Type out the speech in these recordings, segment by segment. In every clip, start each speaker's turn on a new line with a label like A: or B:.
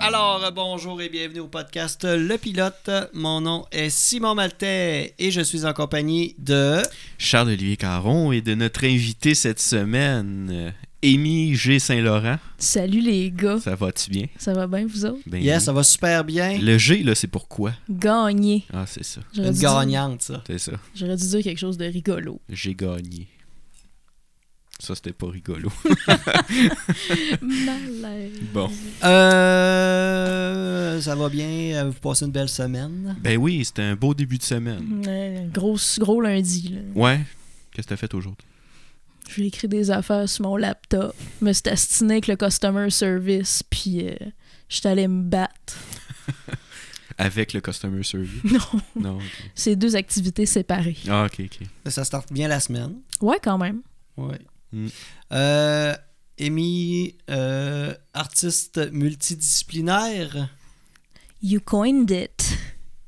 A: Alors, euh, bonjour et bienvenue au podcast Le Pilote. Mon nom est Simon Maltais et je suis en compagnie de...
B: Charles-Olivier Caron et de notre invité cette semaine, Émy G. Saint-Laurent.
C: Salut les gars.
B: Ça va-tu bien?
C: Ça va bien, vous autres?
B: Ben
A: Yes,
B: oui.
A: ça va super bien.
B: Le G, là, c'est pourquoi?
C: Gagné.
B: Ah, c'est ça.
C: J'aurais
A: Une
C: dû, dire-
A: gagnante, ça.
B: C'est ça.
C: j'aurais dû dire quelque chose de rigolo.
B: J'ai gagné. Ça, c'était pas rigolo.
C: Malaise.
B: Bon.
A: Euh, ça va bien, euh, vous passez une belle semaine.
B: Ben oui, c'était un beau début de
C: Mhm.
B: semaine.
C: Ouais, gros, gros lundi. là.
B: Ouais. Qu'est-ce que t'as fait aujourd'hui?
C: J'ai écrit des affaires sur mon laptop. Je me suis astiné avec le customer service, puis euh, je suis allé me battre.
B: Avec le customer service?
C: Non,
B: non, ok.
C: c'est deux activités séparées.
B: Ah, ok, ok.
A: Ça starte bien la semaine.
C: Ouais, quand même.
A: Oui.
B: Mm.
A: Euh, Amy, euh, artiste multidisciplinaire,
C: You coined it.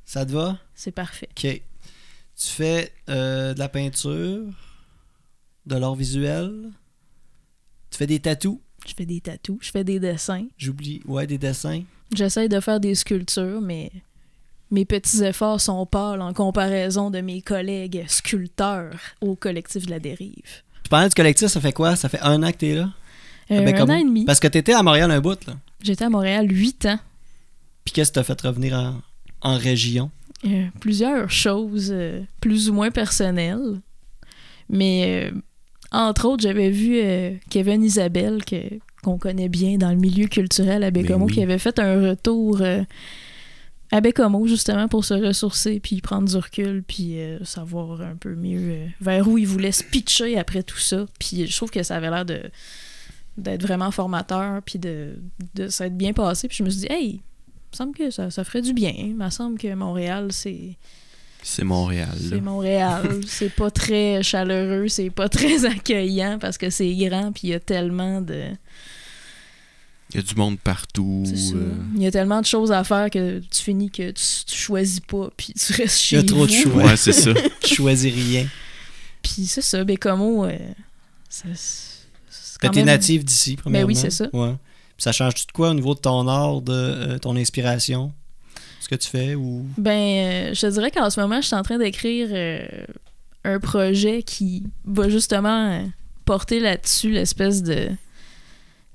A: ça te va?
C: C'est parfait.
A: OK. Tu fais euh, de la peinture, de l'art visuel, tu fais des tatous,
C: Je fais des tatous, je fais des dessins.
A: j'oublie, ouais, des dessins.
C: J'essaye de faire des sculptures, mais mes petits efforts sont pâles en comparaison de mes collègues sculpteurs au collectif de la dérive.
A: Tu parlais du collectif, ça fait quoi? Ça fait un an que t'es là?
C: Euh,
A: Ben,
C: un
A: comme-
C: an et demi.
A: Parce que t'étais à Montréal un bout, là.
C: J'étais à Montréal huit ans.
A: Puis qu'est-ce que t'as fait revenir en, en région?
C: Euh, plusieurs choses euh, plus ou moins personnelles. Mais euh, entre autres, j'avais vu euh, Kevin Isabelle, que- qu'on connaît bien dans le milieu culturel à Bécomo,
B: oui.
C: qui avait fait un retour euh, à Bécomo justement pour se ressourcer, puis prendre du recul, puis euh, savoir un peu mieux euh, vers où il voulait se pitcher après tout ça. Puis je trouve que ça avait l'air de d'être vraiment formateur, puis de, de s'être bien passé. Puis je me suis dit, hey, il me semble que ça, ça ferait du bien. Il me semble que Montréal, c'est
B: C'est Montréal, là.
C: c'est Montréal. c'est pas très chaleureux, c'est pas très accueillant parce que c'est grand puis il y a tellement de
B: Il y a du monde partout.
C: c'est ça.
B: euh,
C: il y a tellement de choses à faire que tu finis que tu, tu choisis pas puis tu restes
A: Il
C: chez
A: y a trop de
C: vous.
A: choix.
B: Ouais, c'est ça.
A: Tu choisis rien.
C: Puis c'est ça, Bécomo euh, ça- c'est
A: T'es
C: quand même- Ben
A: natif d'ici, premièrement.
C: oui, c'est ça.
A: Ouais. Puis ça change-tu de quoi au niveau de ton art, de euh, ton inspiration? Ce que tu fais ou...
C: Ben, euh, je te dirais qu'en ce moment, je suis en train d'écrire euh, un projet qui va justement euh, porter là-dessus l'espèce de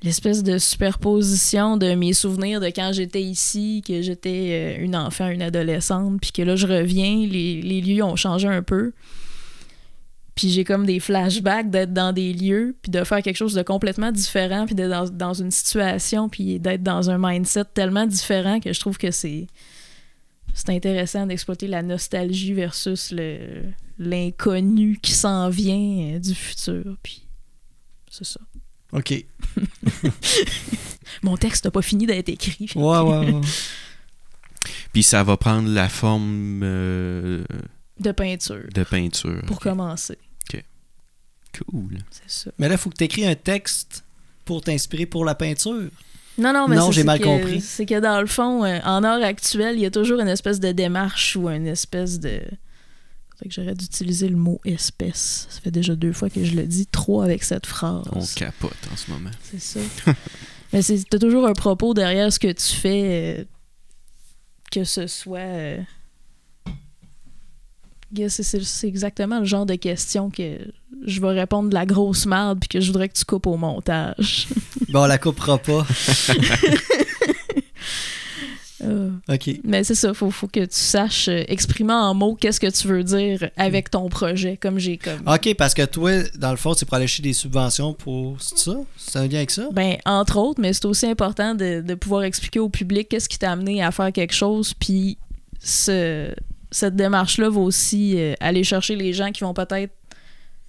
C: l'espèce de superposition de mes souvenirs de quand j'étais ici, que j'étais euh, une enfant, une adolescente, puis que là je reviens, les, les lieux ont changé un peu. Puis j'ai comme des flashbacks d'être dans des lieux, puis de faire quelque chose de complètement différent, puis d'être dans, dans une situation, puis d'être dans un mindset tellement différent que je trouve que c'est c'est intéressant d'exploiter la nostalgie versus le l'inconnu qui s'en vient euh, du futur. Puis c'est ça.
A: OK. Ouais,
C: Mon texte n'a pas fini d'être écrit.
A: ouais, ouais.
B: Puis ça va prendre la forme euh,
C: De peinture,
B: de peinture.
C: pour commencer.
B: Cool.
C: C'est ça.
A: Mais là, il faut que tu écris un texte pour t'inspirer pour la peinture.
C: Non, non, mais
A: Non,
C: c'est-
A: j'ai
C: c'est
A: mal
C: que-
A: compris.
C: C'est que dans le fond, euh, en heure actuelle, il y a toujours une espèce de démarche ou une espèce de. Fait que j'aurais d'utiliser le mot espèce. Ça fait déjà deux fois que je le dis, trois avec cette phrase.
B: On capote en ce moment.
C: C'est ça. Mais c'est t'as toujours un propos derrière ce que tu fais, euh, que ce soit. euh, que c'est- c'est c'est exactement le genre de question que je vais répondre de la grosse merde puis que je voudrais que tu coupes au montage.
A: Bon, on la coupera pas.
C: Euh,
A: OK.
C: Mais c'est ça, faut, faut que tu saches euh, exprimer en mots qu'est-ce que tu veux dire avec ton projet, comme j'ai comme.
A: OK, parce que toi, dans le fond, c'est pour aller chercher des subventions pour c'est ça? C'est un lien avec ça?
C: Ben, entre autres, mais c'est aussi important de, de pouvoir expliquer au public qu'est-ce qui t'a amené à faire quelque chose, puis ce- cette démarche-là va aussi euh, aller chercher les gens qui vont peut-être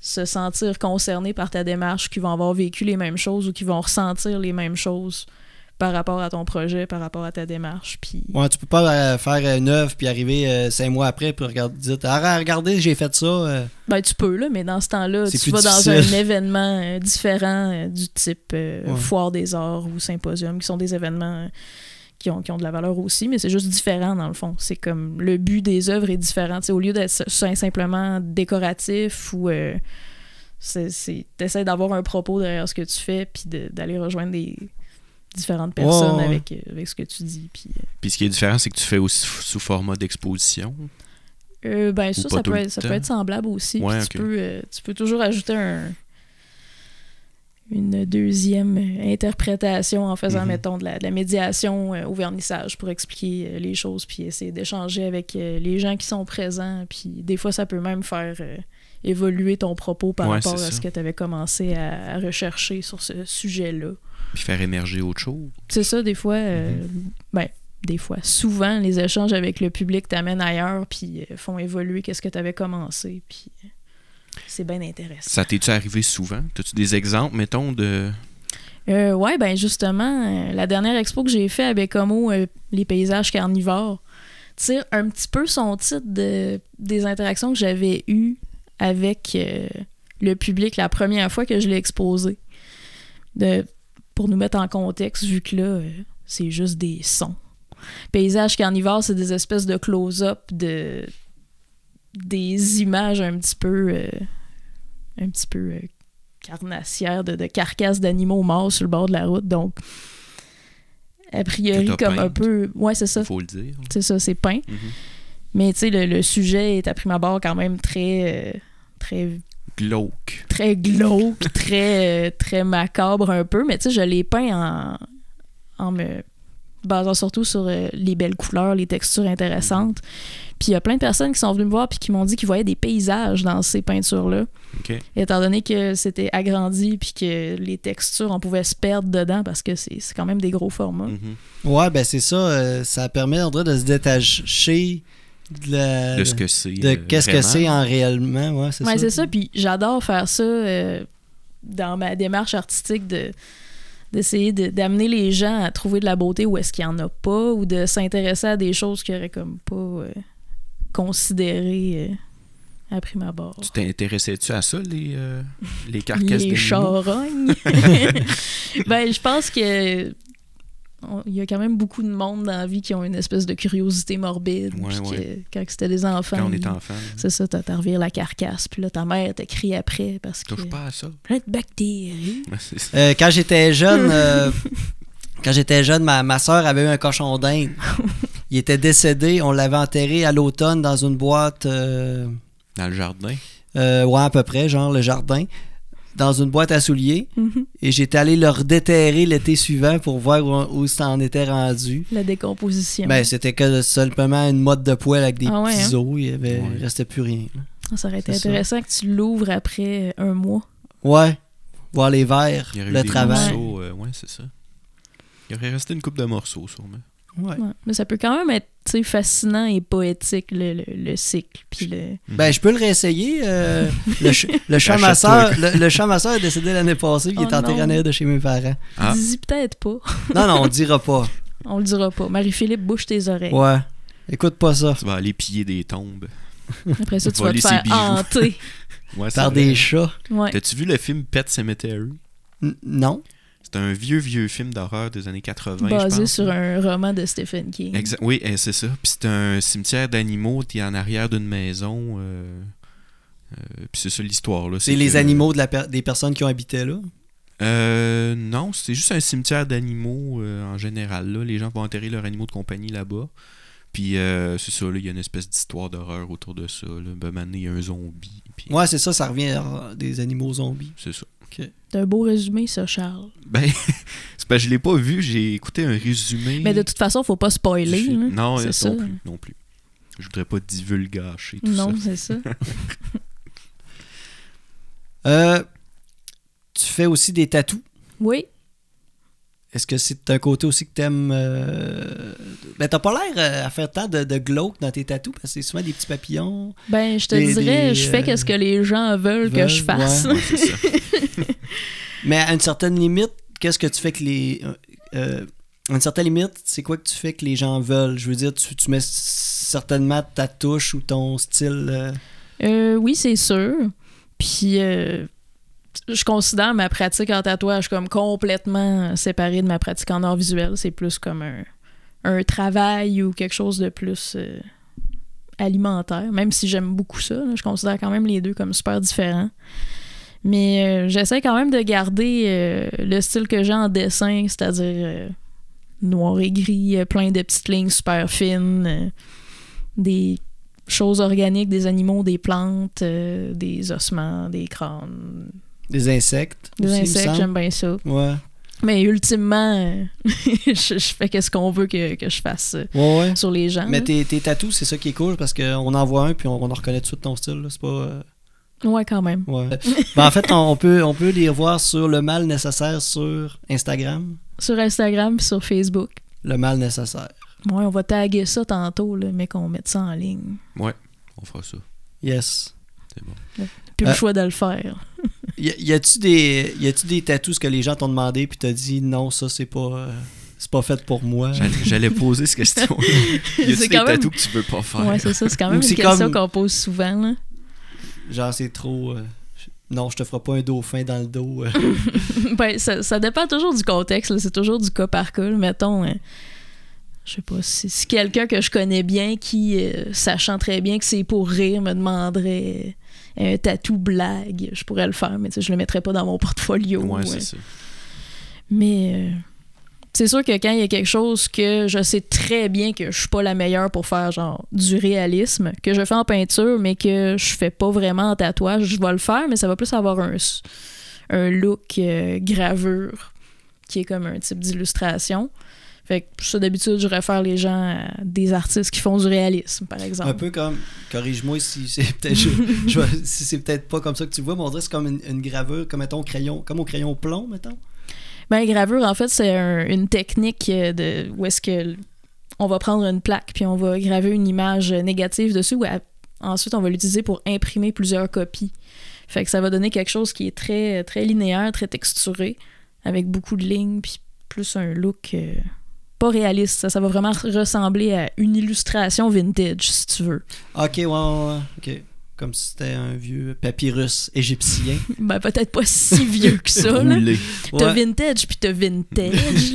C: se sentir concernés par ta démarche, qui vont avoir vécu les mêmes choses ou qui vont ressentir les mêmes choses par rapport à ton projet, par rapport à ta démarche, puis...
A: Ouais, tu peux pas euh, faire une œuvre puis arriver euh, cinq mois après pour regarder, dire Arrête, regardez, j'ai fait ça. euh.
C: Ben, tu peux, là, mais dans ce temps-là,
A: C'est
C: tu
A: plus
C: vas
A: difficile.
C: dans un événement euh, différent euh, du type euh,
A: Ouais.
C: Foire des arts ou Symposium, qui sont des événements euh, qui, ont, qui ont de la valeur aussi, mais c'est juste différent, dans le fond. C'est comme le but des œuvres est différent. Tu sais, au lieu d'être si- si- simplement décoratif ou... Euh, c'est- c'est- T'essaies d'avoir un propos derrière ce que tu fais, puis de- d'aller rejoindre des, différentes personnes
A: ouais.
C: avec, euh, avec ce que tu dis. Puis,
B: Puis ce qui est différent, c'est que tu fais aussi f- sous format d'exposition.
C: euh, ben,
B: Ou
C: ça,
B: pas
C: ça,
B: tout
C: peut
B: le
C: être, ça
B: temps.
C: peut être semblable aussi.
B: Ouais,
C: puis
B: ok.
C: tu, peux, euh, tu peux toujours ajouter un, une deuxième euh, interprétation en faisant,
B: Mhm.
C: mettons, de la, de la médiation euh, au vernissage pour expliquer euh, les choses, puis essayer d'échanger avec euh, les gens qui sont présents. Puis des fois, ça peut même faire euh, évoluer ton propos par
B: Ouais,
C: rapport à
B: c'est ça.
C: ce que tu avais commencé à, à rechercher sur ce sujet-là.
B: Puis faire émerger autre chose.
C: C'est ça, des fois, euh, ben, des fois, souvent, les échanges avec le public t'amènent ailleurs, puis euh, font évoluer qu'est-ce que tu avais commencé, puis euh, c'est bien intéressant.
B: Ça t'est-tu arrivé souvent? T'as-tu des exemples, mettons, de.
C: Euh, ouais, ben justement, euh, la dernière expo que j'ai fait à Bécomo, euh, les paysages carnivores, tire un petit peu son titre de, des interactions que j'avais eues avec euh, le public la première fois que je l'ai exposé. De, pour nous mettre en contexte, vu que là, euh, c'est juste des sons. Paysages carnivores, c'est des espèces de close-up de des images un petit peu euh, un petit peu euh, carnassières de, de carcasses d'animaux morts sur le bord de la route. Donc a priori
B: Que t'as
C: comme un
B: peintes.
C: peu ouais, c'est ça.
B: Faut le dire.
C: C'est ça, c'est peint.
B: Mhm.
A: Mm-hmm.
C: Mais tu sais, le, le sujet est à prime abord quand même très, euh, très,
B: Glauque.
C: très glauque, très, euh, très macabre un peu. Mais tu sais, je l'ai peint en, en me basant surtout sur euh, les belles couleurs, les textures intéressantes. Puis il y a plein de personnes qui sont venues me voir puis qui m'ont dit qu'ils voyaient des paysages dans ces peintures-là.
B: OK.
C: Étant donné que c'était agrandi puis que les textures, on pouvait se perdre dedans parce que c'est c'est quand même des gros formats.
B: Mhm.
A: Ouais, ben c'est ça. euh, ça permet, on dirait, de se détacher de, la-
B: De ce que c'est.
A: de
B: euh,
A: qu'est-ce que
B: vraiment.
A: c'est en réellement. Ouais, c'est
C: ouais,
A: ça.
C: c'est ça. Puis j'adore faire ça euh, dans ma démarche artistique de d'essayer de- d'amener les gens à trouver de la beauté où est-ce qu'il n'y en a pas ou de s'intéresser à des choses qu'ils n'auraient comme pas euh, considérées euh, à prime abord.
B: Tu t'intéressais-tu à ça, les, euh, les carcasses
C: les
B: d'animaux?
C: charognes. ben, je pense que on- il y a quand même beaucoup de monde dans la vie qui ont une espèce de curiosité morbide.
B: Ouais,
C: puis que
B: ouais.
C: quand c'était des enfants,
B: Quand on est
C: ils-
B: enfant.
C: c'est ça, t'as t'as revire la carcasse, puis là, ta mère te crie après parce que
B: Touche pas à ça.
C: plein de bactéries.
B: C'est ça.
A: Euh, quand j'étais jeune, euh, quand j'étais jeune, ma, ma soeur avait eu un cochon d'Inde. Il était décédé. On l'avait enterré à l'automne dans une boîte. euh,
B: Dans le jardin.
A: euh, ouais, à peu près, genre le jardin. Dans une boîte à souliers.
C: Mhm.
A: Et j'étais allé leur déterrer l'été suivant pour voir où, où ça en était rendu.
C: La décomposition.
A: Ben, c'était que simplement une motte de poêle avec des
C: Ah ouais,
A: petits
C: hein?
A: os. Il y avait,
B: Ouais.
A: il restait plus rien. là.
C: Ah, ça aurait été
A: c'est ça.
C: intéressant que tu l'ouvres après euh, un mois.
A: Ouais. Voir les verres,
B: Il y aurait eu
A: le
B: des
A: travail.
B: morceaux. euh, ouais, c'est ça. Il aurait resté une coupe de morceaux, sûrement.
A: Ouais.
C: Ouais. Mais ça peut quand même être tu sais, fascinant et poétique, le, le- le cycle. Puis le...
A: Ben, je peux le réessayer. euh, le, ch- le chat
B: Achète-toi.
A: masseur, le, le chat masseur est décédé l'année passée, puis il
C: Oh
A: est enterré
C: non.
A: en arrière de chez mes parents.
B: Ah.
C: Dis-y peut-être pas.
A: Non, non, on dira pas.
C: On le dira pas. Marie-Philippe, bouche tes oreilles.
A: Ouais. Écoute pas ça.
B: Tu vas aller piller des tombes.
C: Après ça, tu vas
B: Voler
C: te
B: ses
C: faire
B: bijoux.
C: hanter.
B: Ouais, c'est
A: Par
B: vrai.
A: des chats.
C: Ouais.
B: T'as-tu vu le film Pet Cemetery?
A: N- non.
B: C'est un vieux, vieux film d'horreur des années 80, je
C: Basé
B: pense.
C: sur un roman de Stephen King.
B: Exa- oui, eh, c'est ça. Puis c'est un cimetière d'animaux, t'es en arrière d'une maison. euh, euh, puis c'est ça l'histoire. là.
A: C'est les
B: que-
A: animaux de la per- des personnes qui ont habité là.
B: Euh, non, c'est juste un cimetière d'animaux euh, en général. Là. Les gens vont enterrer leurs animaux de compagnie là-bas. Puis euh, c'est ça, là, il y a une espèce d'histoire d'horreur autour de ça. Là. Ben, maintenant, il y a un zombie. Puis
A: Ouais, c'est ça, ça revient à des animaux zombies.
B: c'est ça.
C: C'est un beau résumé, ça, Charles.
B: Ben, c'est parce que je l'ai pas vu, j'ai écouté un résumé.
C: Mais de toute façon, faut pas
B: du
C: spoiler.
B: film.
C: hein.
B: Non,
C: C'est
B: euh,
C: ça.
B: non plus, non plus. Je voudrais pas divulgacher tout
C: Non,
B: ça.
C: c'est ça.
A: Euh, tu fais aussi des tatous.
C: Oui.
A: Est-ce que c'est un côté aussi que t'aimes. Euh... Ben, t'as pas l'air euh, à faire tant de, de glauque dans tes tatous parce que c'est souvent des petits papillons.
C: Ben, je te
A: Des-
C: dirais,
A: des,
C: je fais
A: euh,
C: qu'est-ce que les gens veulent, que
A: veulent,
C: je fasse.
A: ouais.
B: Ouais, c'est ça.
A: Mais à une certaine limite, qu'est-ce que tu fais que les. euh, euh, à une certaine limite, c'est quoi que tu fais que les gens veulent Je veux dire, tu, tu mets certainement ta touche ou ton style. euh,
C: Euh, oui, c'est sûr. Puis, euh, je considère ma pratique en tatouage comme complètement séparée de ma pratique en art visuel. C'est plus comme un, un travail ou quelque chose de plus euh, alimentaire, même si j'aime beaucoup ça. là, je considère quand même les deux comme super différents. Mais euh, j'essaie quand même de garder euh, le style que j'ai en dessin, c'est-à-dire euh, noir et gris, euh, plein de petites lignes super fines, euh, des choses organiques, des animaux, des plantes, euh, des ossements, des crânes,
A: Des insectes.
C: des
A: aussi, il me
C: insectes,
A: semble.
C: j'aime bien ça.
A: Ouais.
C: Mais ultimement, euh, je, je fais qu'est-ce qu'on veut que, que je fasse euh,
A: Ouais, ouais.
C: sur les gens.
A: Mais
C: là.
A: tes, tes tatous, c'est ça qui est cool parce qu'on en voit un puis on, on en reconnaît tout de suite ton style. là. C'est pas. euh,
C: Ouais, quand même.
A: ouais. Ben, en fait, on, on peut, on peut les voir sur Le Mal Nécessaire sur Instagram.
C: Sur Instagram puis sur Facebook.
A: Le Mal Nécessaire.
C: Ouais, on va taguer ça tantôt, là, mais qu'on mette ça en ligne.
B: On fera ça.
A: Yes.
B: C'est bon.
C: Plus
A: Euh,
C: le choix de le faire.
A: Y, y a-tu des, y a-tu des tatous que les gens t'ont demandé puis t'as dit non, ça c'est pas. euh, c'est pas fait pour moi.
B: J'allais- J'allais poser cette question. Y a-tu
C: C'est
B: des
C: quand même-
B: tatous que tu veux pas faire
C: Ouais, c'est ça. C'est quand
A: Ou
C: même
A: c'est
C: une question
A: comme-
C: qu'on pose souvent. Là.
A: Genre, c'est trop. euh, je- non, je te ferai pas un dauphin dans le dos. euh.
C: ben, ça, ça dépend toujours du contexte. là. C'est toujours du cas par cas. là. Mettons, euh, je sais pas, si, si quelqu'un que je connais bien qui, euh, sachant très bien que c'est pour rire, me demanderait un tatou blague, je pourrais le faire, mais tu sais, je le mettrais pas dans mon portfolio.
B: Ouais,
C: euh.
B: c'est ça.
C: Mais euh, c'est sûr que quand il y a quelque chose que je sais très bien que je suis pas la meilleure pour faire genre du réalisme, que je fais en peinture mais que je fais pas vraiment en tatouage, je vais le faire mais ça va plus avoir un s- un look euh, gravure qui est comme un type d'illustration. Fait que ça d'habitude, je réfère les gens à des artistes qui font du réalisme par exemple.
A: Un peu comme, corrige-moi si c'est peut-être je- je vais- si c'est peut-être pas comme ça que tu vois, mais on dirait que c'est comme une, une gravure, comme mettons au crayon, comme au crayon plomb, mettons.
C: Ben, gravure, en fait, c'est un- une technique euh, de où est-ce que l- on va prendre une plaque puis on va graver une image négative dessus ou à- ensuite on va l'utiliser pour imprimer plusieurs copies. Fait que ça va donner quelque chose qui est très très linéaire, très texturé avec beaucoup de lignes puis plus un look euh, pas réaliste, ça, ça va vraiment ressembler à une illustration vintage si tu veux.
A: Ok, ouais, ouais, ouais, ok. Comme si c'était un vieux papyrus égyptien.
C: Ben peut-être pas si vieux que ça là.
B: Roulé.
C: T'as
A: Ouais.
C: vintage puis t'as vintage.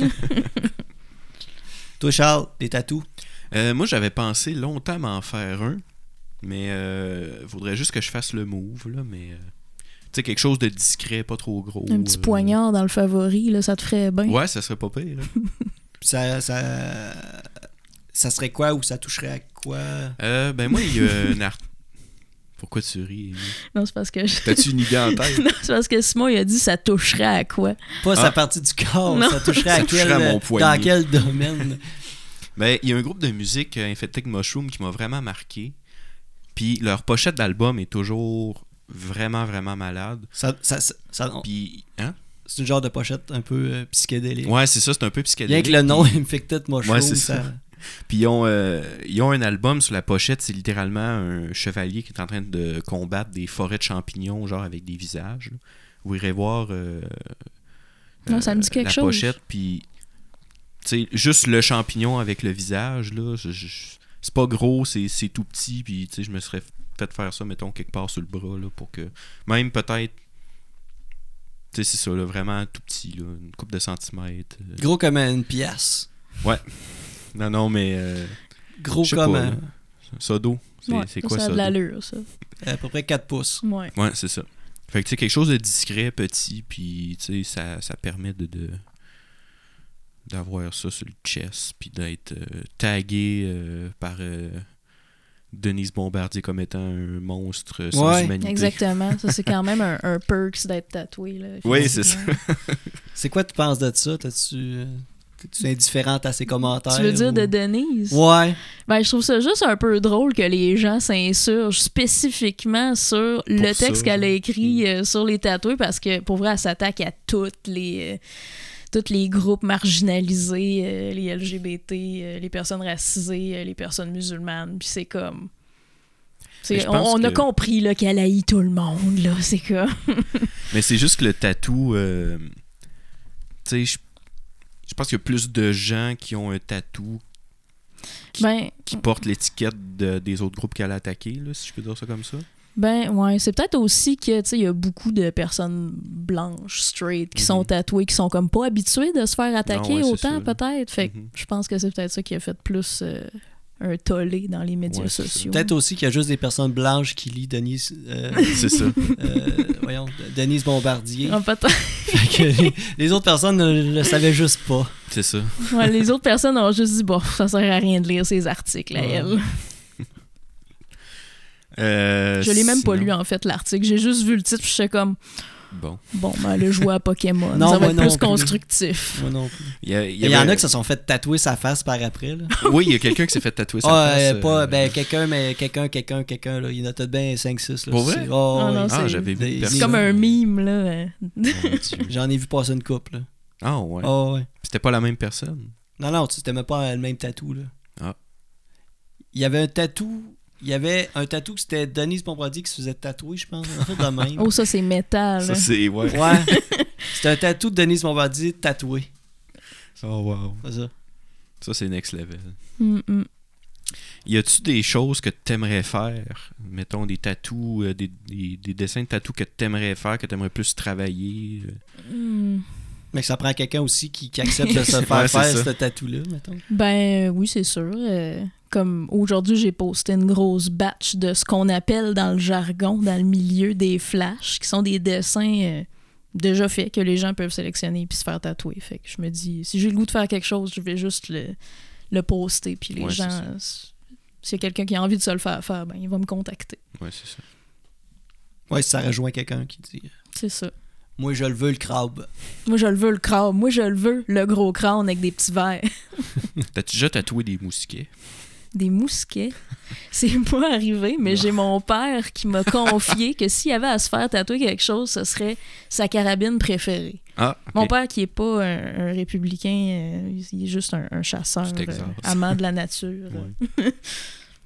A: Toi, Charles, des tatous.
B: Euh, moi, j'avais pensé longtemps m'en faire un, mais euh, faudrait juste que je fasse le move, là, mais... euh, tu sais, quelque chose de discret, pas trop gros.
C: un petit
B: euh,
C: poignard dans le favori là, ça te ferait bien.
B: Ouais, ça serait pas pire. hein.
A: Puis Ça, ça, ça serait quoi ou ça toucherait à quoi
B: Euh, ben moi, il y a un art... Pourquoi tu ris? Amy?
C: Non, c'est parce que je-
B: T'as-tu une idée en tête?
C: Non, c'est parce que Simon il a dit ça toucherait à quoi.
A: Pas
B: Ah.
A: sa partie du corps,
C: Non.
A: ça toucherait à
B: Ça toucherait
A: quel,
B: à mon
A: dans
B: poignet.
A: quel domaine
B: Ben, il y a un groupe de musique, euh, Infected Mushroom, qui m'a vraiment marqué. Puis leur pochette d'album est toujours vraiment, vraiment malade.
A: ça, ça, ça- ça-
B: Puis, hein?
A: C'est une genre de pochette un peu euh, psychédélique.
B: Ouais, c'est ça, c'est un peu
A: Rien
B: psychédélique.
A: que le nom Infected Mushroom,
B: Ouais, c'est
A: ça.
B: ça. Puis ils ont, euh, ils ont un album sur la pochette, c'est littéralement un chevalier qui est en train de combattre des forêts de champignons, genre avec des visages. là. Vous irez voir euh,
C: Non, ça me dit quelque
B: la
C: chose.
B: pochette, puis tu sais, juste le champignon avec le visage, là, je- je- c'est pas gros, c'est c'est tout petit, puis tu sais, je me serais fait faire ça, mettons, quelque part sur le bras, là, pour que, même peut-être, tu sais, c'est ça, là, vraiment tout petit, là, une coupe de centimètres. euh.
A: Gros comme une pièce.
B: Non, non, mais... euh,
A: Gros
B: Je sais
A: comme
B: pas,
A: un-
B: là. Sodo, c'est
C: Ouais,
B: c'est quoi
C: ça? a
B: Sodo?
C: de l'allure, ça.
A: à peu près 4 pouces.
C: Ouais.
B: Ouais, c'est ça. Fait que tu sais, quelque chose de discret, petit, puis tu sais, ça, ça permet de. de- d'avoir ça sur le chest, puis d'être euh, tagué euh, par euh, Denise Bombardier comme étant un monstre euh, sans
A: Ouais.
B: humanité.
C: Exactement. Ça, c'est quand même un, un perks d'être tatoué. Là,
B: Oui, c'est ça.
C: effectivement.
A: C'est quoi tu penses de ça? T'as-tu. tu indifférente à ces commentaires?
C: Tu veux dire
A: ou-
C: de Denise?
A: Ouais.
C: Ben, je trouve ça juste un peu drôle que les gens s'insurgent spécifiquement sur le
B: ça,
C: texte qu'elle a
B: oui. Mm.
C: écrit euh, sur les tatoués parce que pour vrai, elle s'attaque à toutes les. euh, tous les groupes marginalisés, euh, les LGBT, euh, les personnes racisées, euh, les personnes musulmanes, puis c'est comme... c'est-
B: Mais je
C: on
B: pense
C: on a
B: que-
C: compris là, qu'elle haït tout le monde, là, c'est comme...
B: Mais c'est juste que le tatou. euh, tu sais, je je pense qu'il y a plus de gens qui ont un tatou
C: Ben,
B: qui portent l'étiquette de- des autres groupes qu'elle a attaqué, là, si je peux dire ça comme ça.
C: Ben ouais, c'est peut-être aussi que tu sais il y a beaucoup de personnes blanches, straight qui sont
B: Mhm. Ah
C: tatouées qui sont comme pas habituées de se faire attaquer
B: ouais, c'est
C: autant
B: ça, là.
C: peut-être. Fait que
B: Mhm.
C: je pense que c'est peut-être ça qui a fait plus euh, un tollé dans les médias
B: Ouais, c'est ça.
C: sociaux.
A: Peut-être aussi qu'il y a juste des personnes blanches qui lisent Denise. euh,
B: C'est ça.
A: euh, voyons, Denise Bombardier.
C: Ah, peut-être.
A: Fait que les, les autres personnes ne le savaient juste pas.
B: C'est ça.
C: Ouais, les autres personnes ont juste dit bon, ça sert à rien de lire ces articles à
A: Ouais.
C: elle.
B: Euh,
C: Je l'ai même pas
B: sinon-
C: lu en fait l'article, j'ai juste vu le titre, puis j'étais comme
B: Bon.
C: bon, ben le jouer à Pokémon,
A: Non,
C: ça va
A: moi
C: être
A: non
C: plus
A: plus.
C: constructif.
A: Moi non plus.
B: Il y, a-
A: Il y, en
B: avait-
A: a qui se sont fait tatouer sa face par après. Là.
B: Oui, il y a quelqu'un qui s'est fait tatouer sa
A: Ah,
B: face,
A: euh, pas
B: euh,
A: ben, quelqu'un, mais quelqu'un, quelqu'un, quelqu'un. Là. Il y en a peut-être bien 5-6.
B: Pour vrai?
A: oh,
C: Ah, non,
B: Ah,
C: c'est-
B: j'avais vu
A: c'est
B: une
C: C'est
B: personne.
C: comme un mime là. euh.
B: Mon Dieu.
A: J'en ai vu passer une couple. là.
B: Ah ouais.
A: Ah, ouais.
B: C'était pas la même personne.
A: Non, non, tu t'aimais pas le même tatou. Là.
B: Ah.
A: Il y avait un tatou. Il y avait un tatou que c'était Denise Bombardier qui se faisait tatouer, je pense. Un truc de même.
C: Oh ça c'est métal.
B: Ça c'est ouais.
A: Ouais. C'était un tatou de Denise Bombardier tatoué.
B: Oh wow.
A: C'est ça.
B: Ça c'est next level.
C: Hum, hum.
B: Y a-tu des choses que t'aimerais faire Mettons des tatous, euh, des, des- des dessins de tatous que t'aimerais faire, que t'aimerais plus travailler euh.
C: Hum.
A: Mais que ça prend quelqu'un aussi qui, qui accepte de se faire
B: Ouais, c'est
A: faire
B: ça.
A: ce tatou-là, mettons.
C: Ben euh, oui, c'est sûr. euh, comme aujourd'hui, j'ai posté une grosse batch de ce qu'on appelle dans le jargon, dans le milieu, des flashs, qui sont des dessins euh, déjà faits que les gens peuvent sélectionner puis se faire tatouer. Fait que je me dis, si j'ai le goût de faire quelque chose, je vais juste le, le poster. Puis les
B: Ouais,
C: gens,
B: c'est ça.
C: euh, s- s'il y a quelqu'un qui a envie de se le faire faire, ben il va me contacter.
B: Ouais, c'est ça.
A: Ouais, si ça rejoint quelqu'un qui dit euh,
C: C'est ça.
A: Moi, je le veux, le crabe.
C: Moi, je le veux, le crâne. Moi, je le veux, le gros crâne avec des petits verres.
B: T'as-tu déjà tatoué des moustiquets
C: des mousquets. C'est pas arrivé, mais j'ai mon père qui m'a confié que s'il avait à se faire tatouer quelque chose, ce serait sa carabine préférée.
B: Ah, ok.
C: Mon père, qui est pas un, un républicain, euh, il est juste un, un chasseur,
B: C'est exact.
C: euh, amant de la nature.
B: Ouais.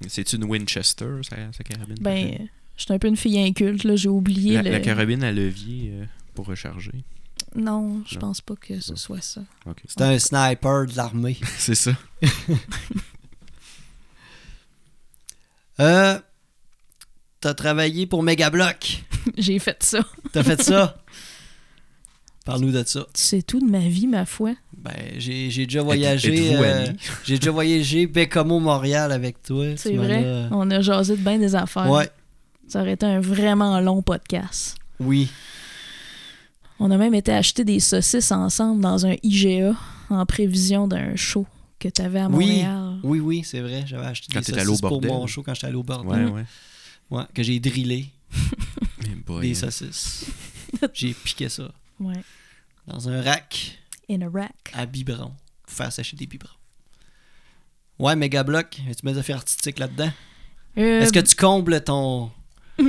B: C'est-tu une Winchester, sa, sa carabine
C: Ben, euh, j'étais un peu une fille inculte, là, j'ai oublié
B: la,
C: le...
B: la carabine à levier euh, pour recharger.
C: Non, je
B: Non.
C: pense pas que ce
B: Non.
C: soit ça.
B: Ok.
A: C'était un sniper de l'armée.
B: C'est ça.
A: Euh. T'as travaillé pour Megablock.
C: j'ai fait ça.
A: T'as fait ça. Parle-nous de ça.
C: Tu sais tout de ma vie, ma foi.
A: Ben, j'ai j'ai déjà
B: Êtes-
A: voyagé.
B: êtes-vous
A: euh,
B: amis?
A: j'ai déjà voyagé Bécamo Montréal avec toi. Tu
C: C'est
A: m'en
C: vrai,
A: as-
C: on a jasé de bien des affaires.
A: Ouais.
C: Ça aurait été un vraiment long podcast.
A: Oui.
C: On a même été acheter des saucisses ensemble dans un IGA en prévision d'un show que tu avais à
A: Oui.
C: Montréal.
A: Oui, oui, c'est vrai. J'avais acheté
B: Quand
A: des
B: t'étais allé
A: saucisses
B: au
A: pour
B: bordel.
A: mon show quand j'étais allé au bordel.
B: Ouais, ouais.
A: Ouais, que j'ai drillé
B: Eh boy,
A: des
B: hein.
A: saucisses. j'ai piqué ça
C: Ouais.
A: dans un rack
C: In a rack.
A: à biberon pour faire sécher des biberons. Ouais, Megablock, tu mets des affaires artistiques là-dedans.
C: Euh,
A: Est-ce que tu combles ton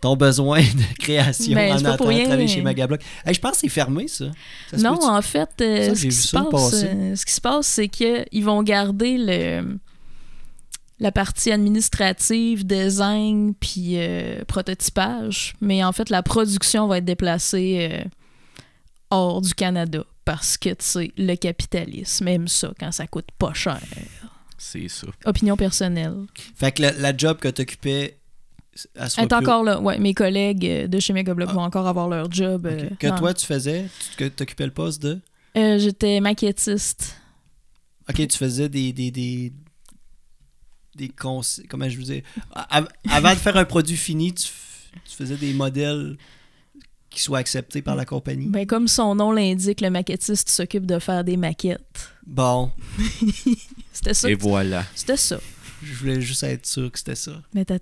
A: ton besoin de création
C: Ben,
A: en
C: c'est pas
A: attendant
C: pour
A: de
C: rien.
A: travailler chez Magablock? Hey, je pense que c'est fermé, ça. Ça se
C: non,
A: peut-tu?
C: en fait, euh,
A: Ça,
C: ce,
A: j'ai
C: qui
A: vu
C: se
A: ça
C: passe,
A: passer.
C: euh, ce qui se passe, c'est qu'ils vont garder le, la partie administrative, design, puis euh, prototypage, mais en fait, la production va être déplacée euh, hors du Canada parce que, tu sais, le capitalisme aime ça quand ça coûte pas cher.
B: C'est ça.
C: Opinion personnelle.
A: Fait que la, la job que t'occupais, elle
C: Elle
A: sera
C: hein. est
A: plus-
C: encore là. Ouais, mes collègues euh, de chez Megablock
A: Ah.
C: vont encore avoir leur job.
A: Ok.
C: euh,
A: Que
C: dans-
A: toi, tu faisais, tu- que t'occupais le poste de...
C: Euh, J'étais maquettiste.
A: Ok, tu faisais des... des, des des conse- comment je veux dire A- av- avant de faire un produit fini tu, f- tu faisais des modèles qui soient acceptés par la compagnie
C: Ben, comme son nom l'indique, le maquettiste s'occupe de faire des maquettes.
A: bon
C: C'était ça.
B: Et
C: que-
B: voilà.
C: C'était ça.
A: je voulais juste être sûr que c'était ça
C: Mais t'as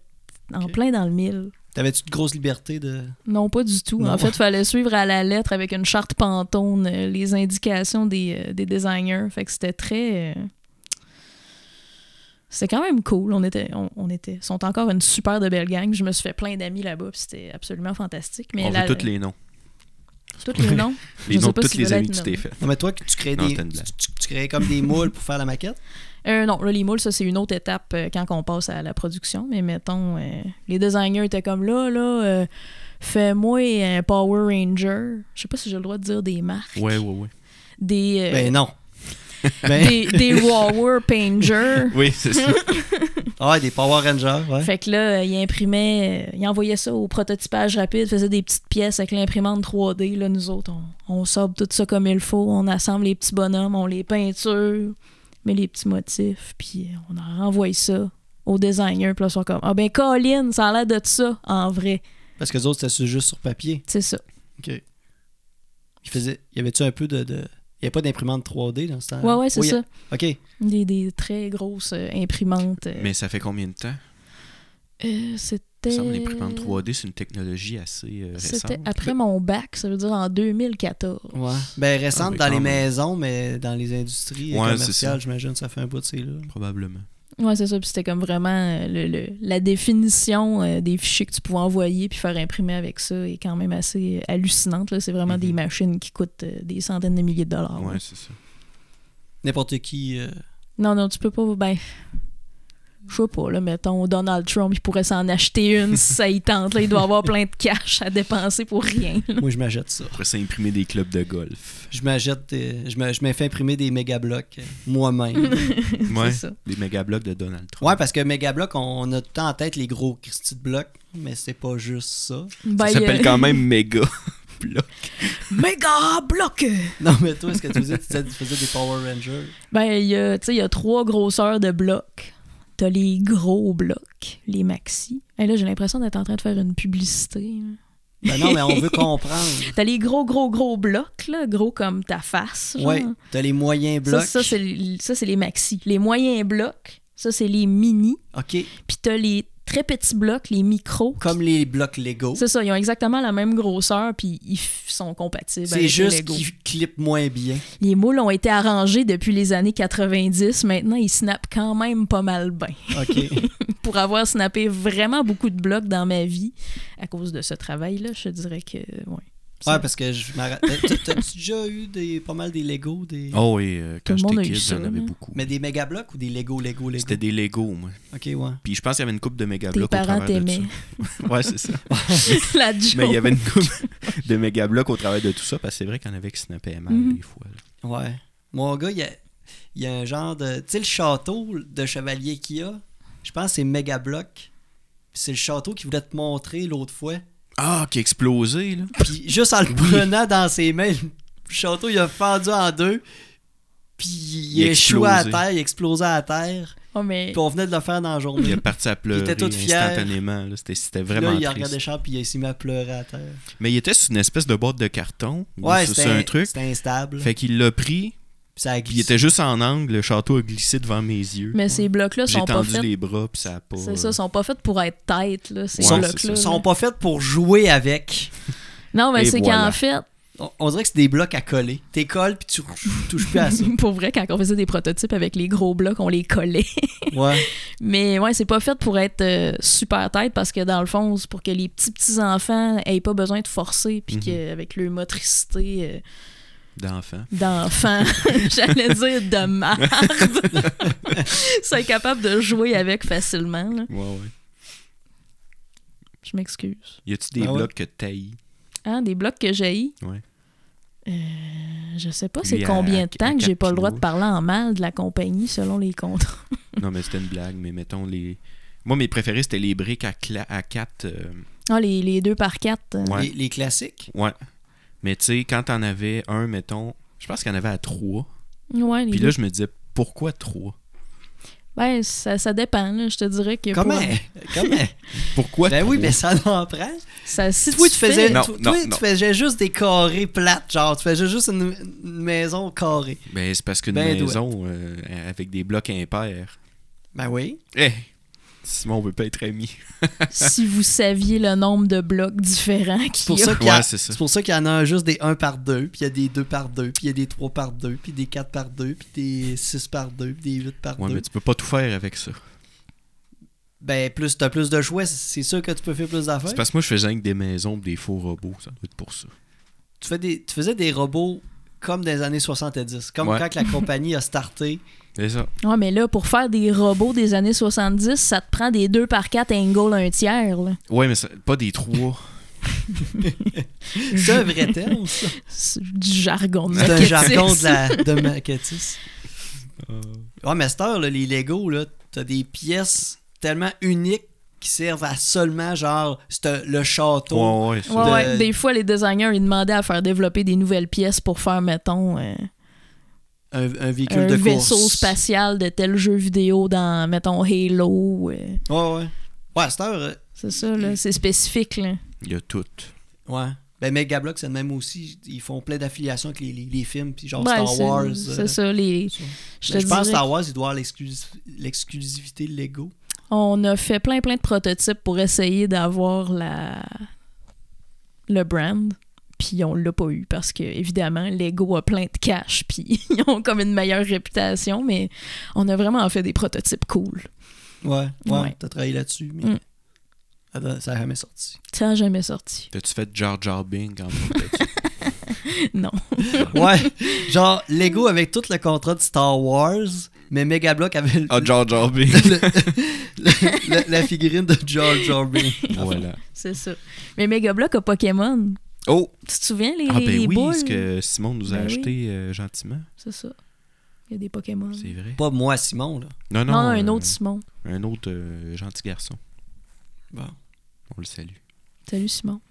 C: en
A: Ok.
C: plein dans le mille.
A: t'avais-tu de grosses libertés de
C: Non, pas du tout.
A: Non.
C: En fait, il fallait suivre à la lettre avec une charte pantone euh, les indications des, euh, des designers. Fait que c'était très. euh, C'était quand même cool. On était, on, on était, sont encore une super de belle gang. Je me suis fait plein d'amis là-bas, puis c'était absolument fantastique. Mais
B: On
C: la-
B: veut tous les noms.
C: Toutes les noms.
B: Les
C: sais
B: noms de
C: pas
B: toutes
C: s'il
B: les
C: veut
B: amis
C: être
B: que tu t'es fait.
A: Non, mais toi, que tu créais
B: Non,
A: des.
B: c'était une
A: Tu,
B: blague.
A: tu- tu créais comme des moules pour faire la maquette.
C: Euh, non, là, les moules, ça, c'est une autre étape euh, quand on passe à la production. Mais mettons, euh, les designers étaient comme là, là, euh, fais-moi un Power Ranger. Je sais pas si j'ai le droit de dire des marques.
B: Ouais, ouais, ouais.
C: Des, euh,
A: Ben non. ben,
C: des, des Power Painter.
B: Oui, c'est ça.
A: ah, des Power Rangers, ouais.
C: Fait que là, euh, il imprimait, euh, il envoyait ça au prototypage rapide, faisait des petites pièces avec l'imprimante 3D. Là, nous autres, on, on sable tout ça comme il faut, on assemble les petits bonhommes, on les peinture. met les petits motifs, puis on en renvoie ça au designer, puis là, ils sont comme Ah ben, Colin, ça a l'air de ça, en vrai.
A: Parce que les autres, c'était juste sur papier.
C: C'est ça.
A: OK. Il faisait... Y avait-tu un peu de... de... Il n'y avait pas d'imprimante 3D dans ce temps
C: Ouais, ouais, c'est
A: Oui,
B: euh,
C: ça.
A: OK.
C: Des, des très grosses euh, imprimantes. euh,
B: Mais ça fait combien de temps
C: euh,
B: Il me
C: c'était.
B: semble que l'imprimante 3D, c'est une technologie assez euh, récente.
C: C'était après mon bac, ça veut dire en 2014.
A: Ouais. Ben,
B: Ah,
A: récente
B: mais
A: dans
B: quand
A: les
B: même.
A: maisons, mais dans les industries
B: Ouais, c'est
A: commerciales, j'imagine, ça fait un bout de ces là.
B: Probablement.
C: Ouais, c'est ça. Puis c'était comme vraiment euh, le, le- la définition euh, des fichiers que tu pouvais envoyer puis faire imprimer avec ça est quand même assez euh, hallucinante. là. C'est vraiment des
B: Mhm.
C: machines qui coûtent euh, des centaines de milliers de dollars.
B: ouais,
C: là.
B: c'est ça.
A: N'importe qui. euh,
C: Non, non, tu peux pas. Ben, je sais pas, là, mettons Donald Trump, il pourrait s'en acheter une si ça y tente. Là, il doit avoir plein de cash à dépenser pour rien.
A: moi, je m'achète ça.
B: Après ça, imprimer des clubs de golf.
A: Je m'achète. des- Je me je me fais imprimer des méga blocs moi-même.
B: ouais.
C: C'est ça.
B: Des méga blocs de Donald Trump.
A: ouais, parce que méga blocs, on, on a tout le temps en tête les gros Christy de blocs, mais c'est pas juste ça.
C: Ben,
B: ça
C: il y a-
B: s'appelle quand même méga bloc.
C: Méga bloc!
A: Non, mais toi, est-ce que tu faisais, tu faisais- tu faisais des Power Rangers
C: Ben, il y a, tu sais, il y a trois grosseurs de blocs. T'as les gros blocs, les maxi. Et là, j'ai l'impression d'être en train de faire une publicité. là.
A: Ben non, mais on veut comprendre.
C: T'as les gros, gros, gros blocs, là, gros comme ta face. genre.
A: Ouais, t'as les moyens
C: Ça,
A: blocs.
C: ça, c'est l- ça, c'est les maxi. Les moyens blocs, ça, c'est les mini.
A: OK,
C: Puis t'as les très petits blocs, les micros.
A: comme les blocs Lego.
C: C'est ça, ils ont exactement la même grosseur, puis ils f- sont compatibles.
A: C'est
C: avec ben, les
A: juste
C: Lego.
A: qu'ils clippent moins bien.
C: Les moules ont été arrangés depuis les années 90. Maintenant, ils snappent quand même pas mal bien.
A: OK.
C: pour avoir snappé vraiment beaucoup de blocs dans ma vie à cause de ce travail-là, je te dirais que. Ouais.
A: Ouais, parce que je m'arrête. T'as- t'as- T'as-tu déjà eu des, pas mal des Lego des...
B: Oh, et euh, quand
C: Tout le monde
B: j'étais
C: a eu
B: kid,
C: ça, hein.
B: j'en avais
C: là.
B: beaucoup.
A: Mais des méga blocs ou des Lego, Lego, Lego
B: C'était des Lego, moi.
A: Ok, ouais.
B: Puis je pense qu'il y avait une coupe de méga
C: Tes
B: blocs au
C: parents
B: travers de
C: t'aimaient.
B: ça. ouais, c'est ça.
C: la joke.
B: Mais il y avait une coupe de méga blocs au travers de tout ça, parce que c'est vrai qu'il y en avait qui snappaient mal
C: Mhm.
B: des fois. là.
A: Ouais. Mon gars, il y a, il y a un genre de. Tu sais, le château de chevalier qu'il y a, je pense que c'est méga bloc. C'est le château qu'il voulait te montrer l'autre fois.
B: Ah, qui explosait, là.
A: Puis juste en le prenant dans ses mains, le château, il a fendu en deux. Puis il,
B: Il a
A: échoué à
B: explosé.
A: terre, il a explosé à terre.
C: Oh, mais
A: Puis on venait de le faire dans la journée.
B: Il est parti à pleurer
A: était tout fier.
B: instantanément. là. C'était c'était
A: Puis
B: vraiment
A: là, il a
B: triste.
A: regardé Charles, puis il s'est mis à pleurer à terre.
B: Mais il était sur une espèce de boîte de carton. ou
A: Ouais,
B: sur-
A: c'était
B: sur un truc.
A: C'était instable.
B: Fait qu'il l'a pris,
A: Puis ça a
B: puis il
A: glissé.
B: était juste en angle, le château a glissé devant mes yeux.
C: mais ces blocs-là
B: J'ai
C: sont pas
B: tendu
C: faits.
B: les bras, puis ça a pas... euh,
C: C'est ça, sont pas faits pour être tête, là, ces
B: Ouais, c'est
C: blocs-là.
A: Ils
B: ça.
C: là.
A: sont pas faits pour jouer avec.
C: Non, mais
B: Et
C: c'est
B: voilà.
C: qu'en fait,
A: On, on dirait que c'est des blocs à coller. T'es colles, puis tu touches
B: Ah,
A: plus à ça.
C: pour vrai, quand on faisait des prototypes avec les gros blocs, on les collait.
A: Ouais.
C: Mais ouais, c'est pas fait pour être euh, super tête parce que dans le fond, c'est pour que les petits petits enfants aient pas besoin de forcer puis
B: Mhm.
C: qu'avec leur motricité euh,
B: D'enfant.
C: d'enfant, j'allais dire de merde, soient capables de jouer avec facilement. là.
B: Ouais, ouais.
C: Je m'excuse.
B: Y a-tu des
A: Ah ouais?
B: blocs que taillis?
C: Hein, des blocs que j'ai. Euh,
B: Ouais.
C: Je sais pas
B: Lui,
C: c'est
B: à-
C: combien
B: à-
C: de temps
B: à
C: que j'ai pas le droit de
B: Capilou.
C: parler en mal de la compagnie selon les contrats.
B: Non, mais c'était une blague, mais mettons les... Moi, mes préférés, c'était les briques à, cla- à quatre... euh,
C: Ah, les, les deux par quatre. euh,
B: Ouais.
A: Les, les classiques.
B: Ouais. Mais tu sais, quand t'en avais un, mettons... Je pense qu'il y en avait à trois.
C: ouais, les
B: Puis
C: deux.
B: là, je me disais, pourquoi trois?
C: Ben, ça, ça dépend. là. Je te dirais que
A: Comment?
C: pour-
A: Comment?
B: Pourquoi
A: Ben oui,
B: trois?
A: mais ça en prend.
C: ça, si
A: Toi, tu
C: fais-
A: faisais,
B: Non,
A: toi,
B: non,
A: toi,
B: non.
A: tu faisais juste des carrés plates, genre, tu faisais juste une, une maison carrée.
B: Ben, c'est parce qu'une
A: Ben,
B: maison euh, avec des blocs impairs...
A: Ben oui.
B: Eh! Simon, on veut pas être amis.
C: si vous saviez le nombre de blocs différents
A: C'est
C: qu'il
A: pour
C: y a.
A: ça qu'il y a-
B: Ouais, c'est ça.
A: c'est pour ça qu'il y en a un juste des 1 par 2, puis il y a des 2 par 2, puis il y a des 3 par 2, puis des 4 par 2, puis des 6 par 2, puis des 8 par
B: Ouais,
A: 2.
B: mais tu peux pas tout faire avec ça.
A: Ben plus t'as plus de choix, c'est- c'est sûr que tu peux faire plus d'affaires.
B: C'est parce que moi, je faisais avec des maisons pis des faux robots. Ça doit être pour ça.
A: Tu, fais des, tu faisais des robots comme des années 70, comme
B: Ouais.
A: quand la compagnie a starté.
B: C'est ça.
C: Ouais, mais là, pour faire des robots des années 70, ça te prend des deux par quatre angle un tiers. là.
B: Ouais, mais ça- pas des trois.
A: C'est un vrai terme, ça.
C: C'est du jargon de
A: C'est un
C: marketing.
A: jargon de, la, de maquettiste.
B: Euh.
A: Ouais, mais cette heure, là, les Lego, là, t'as des pièces tellement uniques qui servent à seulement, genre, c'est le château.
B: Ouais, ouais, ça.
C: Ouais,
A: de-
C: ouais. Des fois, les designers, ils demandaient à faire développer des nouvelles pièces pour faire, mettons, euh,
A: un, un véhicule
C: un
A: de
C: vaisseau
A: course.
C: spatial de tel jeu vidéo dans, mettons, Halo. euh,
A: Ouais, ouais. Ouais, à cette heure, euh,
C: C'est ça, là. C'est spécifique, là.
B: Il y a tout.
A: ouais. Ben, Megablock, c'est le même aussi. Ils font plein d'affiliations avec les, les- les films, puis genre
C: Ouais,
A: Star
C: c'est-
A: Wars.
C: C'est
A: euh,
C: ça, les.
A: ça.
C: Je
A: Ben,
C: te
A: je pense que
C: dirais
A: Star Wars, il doit avoir l'exclus- l'exclusivité Lego.
C: On a fait plein plein de prototypes pour essayer d'avoir la le brand. Puis on l'a pas eu parce que évidemment Lego a plein de cash puis ils ont comme une meilleure réputation mais on a vraiment fait des prototypes cool.
A: Ouais, ouais.
C: Ouais.
A: T'as travaillé là-dessus, mais
C: Mm.
A: Attends, ça n'a jamais sorti.
C: Ça a jamais sorti.
B: T'as-tu fait Jar Jar Bing en tant que petit?
C: Non.
A: Ouais, genre Lego avec tout le contrat de Star Wars, mais Megablock avait le-
B: Ah, Jar Jar Bing.
A: le- le- le- la figurine de George Orwell.
B: voilà.
C: C'est ça. Mais Megablock a Pokémon.
B: Oh!
C: Tu te souviens les,
B: Ah,
C: les
B: ben oui,
C: boules
B: ce que Simon nous a
C: Ben oui.
B: acheté euh, gentiment.
C: C'est ça. Il y a des Pokémon.
B: C'est vrai.
A: Pas moi, Simon, là.
B: Non, non,
C: Non, non, un
B: euh,
C: autre Simon.
B: Un autre euh, gentil garçon.
A: Bon.
B: On le salue.
C: Salut Simon.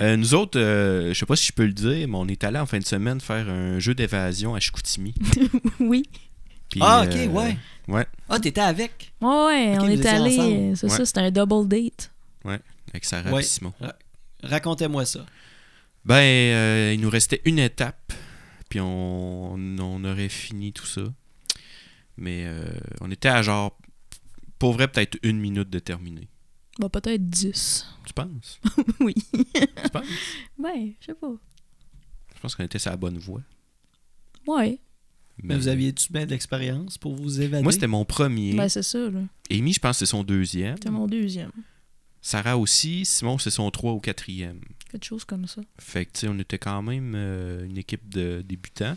B: Euh, nous autres, euh, je sais pas si je peux le dire, mais on est allé en fin de semaine faire un jeu d'évasion à Chicoutimi.
C: oui.
B: Puis,
A: ah, ok,
B: euh,
A: ouais.
B: ouais.
A: Ah, t'étais avec.
C: Ouais, ouais,
A: Ok,
C: on
A: vous
C: est
A: étiez
C: allé.
A: ensemble.
C: C'est ça,
B: Ouais.
C: c'était un double date.
B: Avec Sarah
A: Ouais.
B: et Simon.
A: Racontez-moi ça.
B: Ben, euh, il nous restait une étape, puis on, on aurait fini tout ça. Mais euh, on était à genre, pour vrai, peut-être une minute de terminer.
C: Bah, peut-être 10.
B: Tu penses?
C: Oui.
B: tu penses?
C: Ouais, je sais pas.
B: Je pense qu'on était sur la bonne voie.
C: Ouais.
A: Mais vous aviez-tu bien de l'expérience pour vous évader?
B: euh, Moi, c'était mon premier.
C: Ben, c'est ça, là.
B: Amy, je pense que c'est son deuxième.
C: C'était mon deuxième.
B: Sarah aussi. Simon, c'est son trois ou quatrième.
C: Quelque chose comme ça.
B: Fait que, tu sais, on était quand même euh, une équipe de débutants.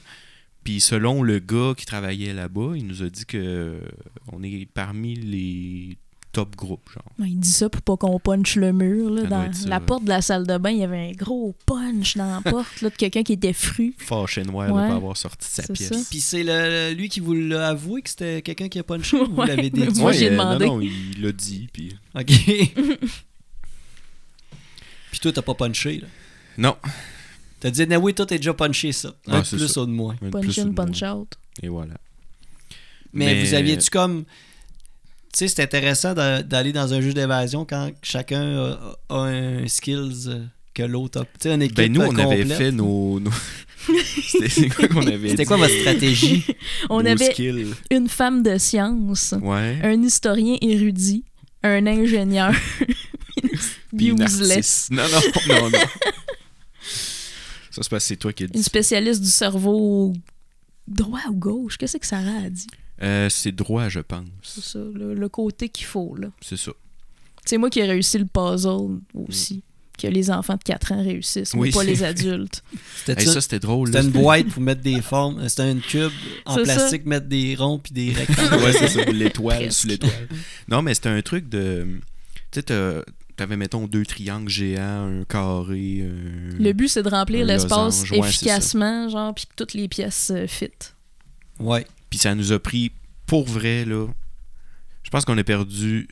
B: Puis selon le gars qui travaillait là-bas, il nous a dit que euh, on est parmi les top groupes, genre.
C: Ben, il dit ça pour pas qu'on punch le mur, là.
B: Ça doit
C: Dans
B: être ça,
C: la
B: ouais.
C: porte de la salle de bain, il y avait un gros punch dans la porte, là, de quelqu'un qui était fru.
B: Fâché noir
C: Ouais.
B: de pas avoir sorti de sa
C: C'est
B: pièce.
A: Puis c'est le- lui qui vous l'a avoué que c'était quelqu'un qui a punché ou vous
C: Ouais,
A: l'avez
C: mais
A: déduit?
C: Moi, j'ai
B: euh,
C: demandé.
B: non, non, il l'a dit, puis...
A: Ok. Puis toi, t'as pas punché, là.
B: Non.
A: T'as dit, nah oui, toi, t'es déjà punché, ça. Un
B: Ah,
A: de
B: c'est
A: plus,
B: ça.
A: un de moins.
B: un de
C: Punch
B: plus, un
C: in,
B: de moins.
C: punch out.
B: Et voilà.
A: Mais,
B: Mais-
A: vous aviez-tu comme. Tu sais, c'est intéressant d'a- d'aller dans un jeu d'évasion quand chacun a, a un skills euh, que l'autre a. Tu sais, une équipe euh,
B: Ben nous, on avait
A: complète.
B: fait nos... nos- C'était c'est quoi qu'on avait
A: C'était
B: dit?
A: quoi votre stratégie
C: On
B: Nos
C: avait
B: skills.
C: une femme de science,
B: Ouais.
C: un historien érudit, un ingénieur.
B: Puis une narcisse.
C: useless.
B: Non, non, non, non. Ça, c'est parce que c'est toi qui as dit
C: Une spécialiste du cerveau droit ou gauche. Qu'est-ce que Sarah a dit?
B: Euh, c'est droit, je
C: C'est
B: pense.
C: ça, le, le côté qu'il faut, là.
B: C'est ça.
C: C'est moi qui ai réussi le puzzle aussi. Que les enfants de 4 ans réussissent, mais
B: Oui,
C: pas
B: c'est
C: les
B: vrai.
C: adultes.
A: C'était
B: Hey,
A: ça?
B: ça, c'était drôle.
A: C'était
B: là.
A: une boîte pour mettre des formes. euh, C'était un cube en
C: C'est ça.
A: plastique, mettre des ronds puis des rectangles.
B: ouais, c'est ça, l'étoile
C: Presque.
B: sur l'étoile. Non, mais c'était un truc de. Tu sais, t'as- t'avais, mettons, deux triangles géants, un carré. un-
C: Le but, c'est de remplir
B: Un
C: l'espace
B: Mm. losange, ouais, c'est ça.
C: efficacement, genre, puis que toutes les pièces euh, fit.
A: Ouais.
B: Puis ça nous a pris, pour vrai, là. Je pense qu'on a perdu,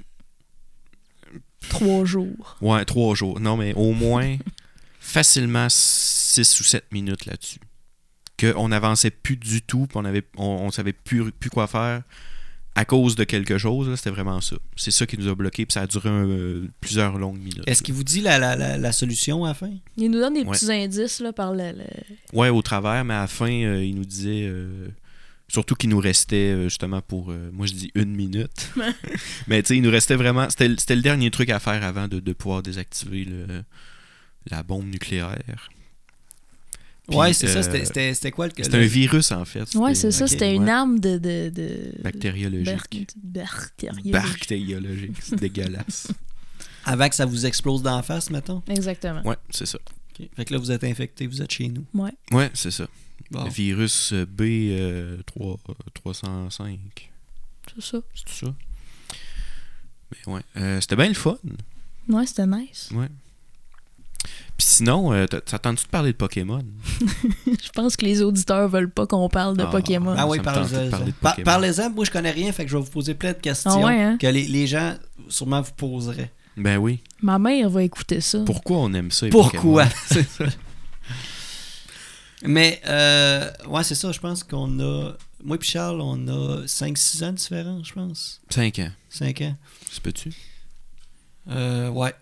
C: Trois jours.
B: ouais, trois jours. Non, mais au moins, facilement six ou sept minutes là-dessus. Qu'on n'avançait plus du tout, puis on, avait, on, on savait plus, plus quoi faire à cause de quelque chose. là, c'était vraiment ça. C'est ça qui nous a bloqué, puis ça a duré euh, plusieurs longues minutes.
A: Est-ce qu'il vous dit la, la, la, la solution à la fin?
C: Il nous donne des
B: Ouais.
C: petits indices, là, par le... le-
B: Ouais, au travers, mais à la fin, euh, il nous disait. euh, surtout qu'il nous restait euh, justement pour. euh, moi, je dis une minute. mais tu sais, il nous restait vraiment. C'était le c'était le dernier truc à faire avant de, de pouvoir désactiver le- la bombe nucléaire. Puis,
A: ouais, c'est
B: euh,
A: ça. C'était- C'était c'était quoi le.
B: C'était un
A: le-
B: virus, en fait.
C: Ouais,
B: C'était-
C: c'est ça,
A: ok,
C: c'était une
B: ouais.
C: arme de... de, de...
B: Bactériologique.
C: ber- bactériologique.
B: Bactériologique. C'est dégueulasse.
A: Avant que ça vous explose d'en face, mettons.
C: Exactement.
B: Ouais, c'est ça.
A: Ok. Fait que là, vous êtes infecté, vous êtes chez nous.
B: Ouais, c'est ça.
A: Bon.
B: Le virus euh, B305.
C: C'est ça.
B: c'est tout ça. Mais ouais. euh, c'était bien le fun.
C: Ouais, c'était nice.
B: Puis sinon, euh, t'as- t'attends-tu de parler de Pokémon?
C: Je pense que les auditeurs veulent pas qu'on parle de
B: Ah.
C: Pokémon.
A: Ah
B: Ça
A: oui,
B: me tente de parler
A: parlez-en.
B: de
A: Par-
B: Pokémon.
A: Parlez-en, moi je connais rien, fait que je vais vous poser plein de questions
C: Ah ouais, hein?
A: que les, les gens sûrement vous poseraient.
B: Ben oui.
C: Ma mère va écouter ça.
B: Pourquoi on aime ça? les
A: Pourquoi?
B: Pokémon?
A: C'est ça. Mais, euh, ouais, c'est ça, je pense qu'on a. Moi et Charles, on a 5-6 ans différents, je pense.
B: 5 ans.
A: 5 ans.
B: Se peux-tu?
A: Euh, ouais.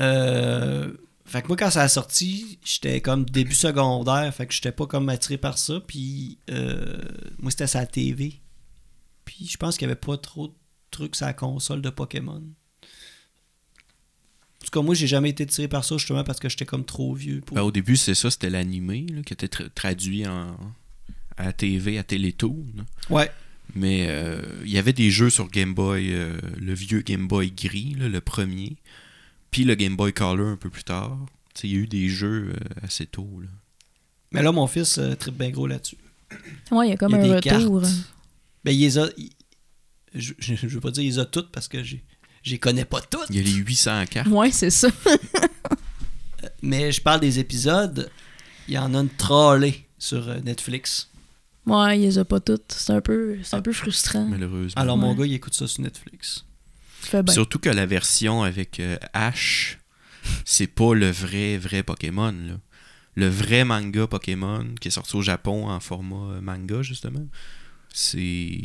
A: Euh, fait que moi, quand ça a sorti, j'étais comme début secondaire. Fait que j'étais pas comme attiré par ça. Puis, euh, moi, c'était sa TV. Puis, je pense qu'il y avait pas trop de trucs sur la console de Pokémon. En tout cas, moi, j'ai jamais été tiré par ça, justement, parce que j'étais comme trop vieux. Pour...
B: Ben, au début, c'est ça, c'était l'animé là, qui était tra- traduit en, à TV, à Télétoon.
A: Ouais.
B: Mais euh, il y avait des jeux sur Game Boy, euh, le vieux Game Boy gris, là, le premier, puis le Game Boy Color un peu plus tard. Tu sais, Il y a eu des jeux euh, assez tôt. là.
A: Mais là, mon fils euh, tripe bien gros là-dessus.
C: Ouais, il y a comme
A: Il y a
C: un
A: des
C: retour. hein.
A: cartes. Ben, il les a. il- Je, je, je veux pas dire il les a toutes parce que j'ai. Je les connais pas toutes.
B: Il y a les 800 cartes.
C: Ouais, c'est ça.
A: Mais je parle des épisodes. Il y en a une trollée sur euh, Netflix.
C: Ouais, il les a pas toutes. C'est un peu,
B: Ah.
C: c'est un peu frustrant.
B: Malheureusement.
A: Alors, mon
C: Ouais.
A: gars, il écoute ça sur Netflix.
C: Tu fais bien.
B: Surtout que la version avec euh, Ash, c'est pas le vrai, vrai Pokémon. là. Le vrai manga Pokémon qui est sorti au Japon en format euh, manga, justement, c'est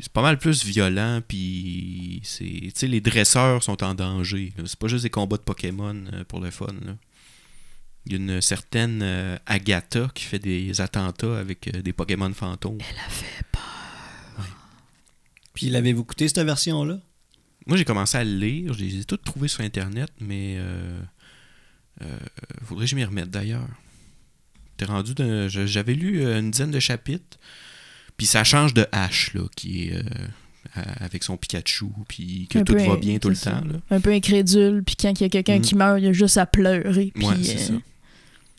B: c'est pas mal plus violent. Puis, c'est- tu sais, les dresseurs sont en danger. là. C'est pas juste des combats de Pokémon euh, pour le fun. là. Il y a une certaine euh, Agatha qui fait des attentats avec euh, des Pokémon fantômes.
A: Puis, l'avez-vous écouté, cette version-là?
B: Moi, j'ai commencé à le lire. Je les ai toutes trouvées sur Internet, mais euh, euh, faudrait que je m'y remette d'ailleurs. T'es rendu d'un- je- J'avais lu euh, une dizaine de chapitres, puis ça change de H, là, qui est euh, à- avec son Pikachu, puis que
C: Un
B: tout
C: peu,
B: va bien tout le
C: c'est ça.
B: temps. là.
C: Un peu incrédule, puis quand il y a quelqu'un
B: Mm.
C: qui meurt, il y a juste à pleurer, puis
B: Ouais, c'est
C: euh,
B: ça.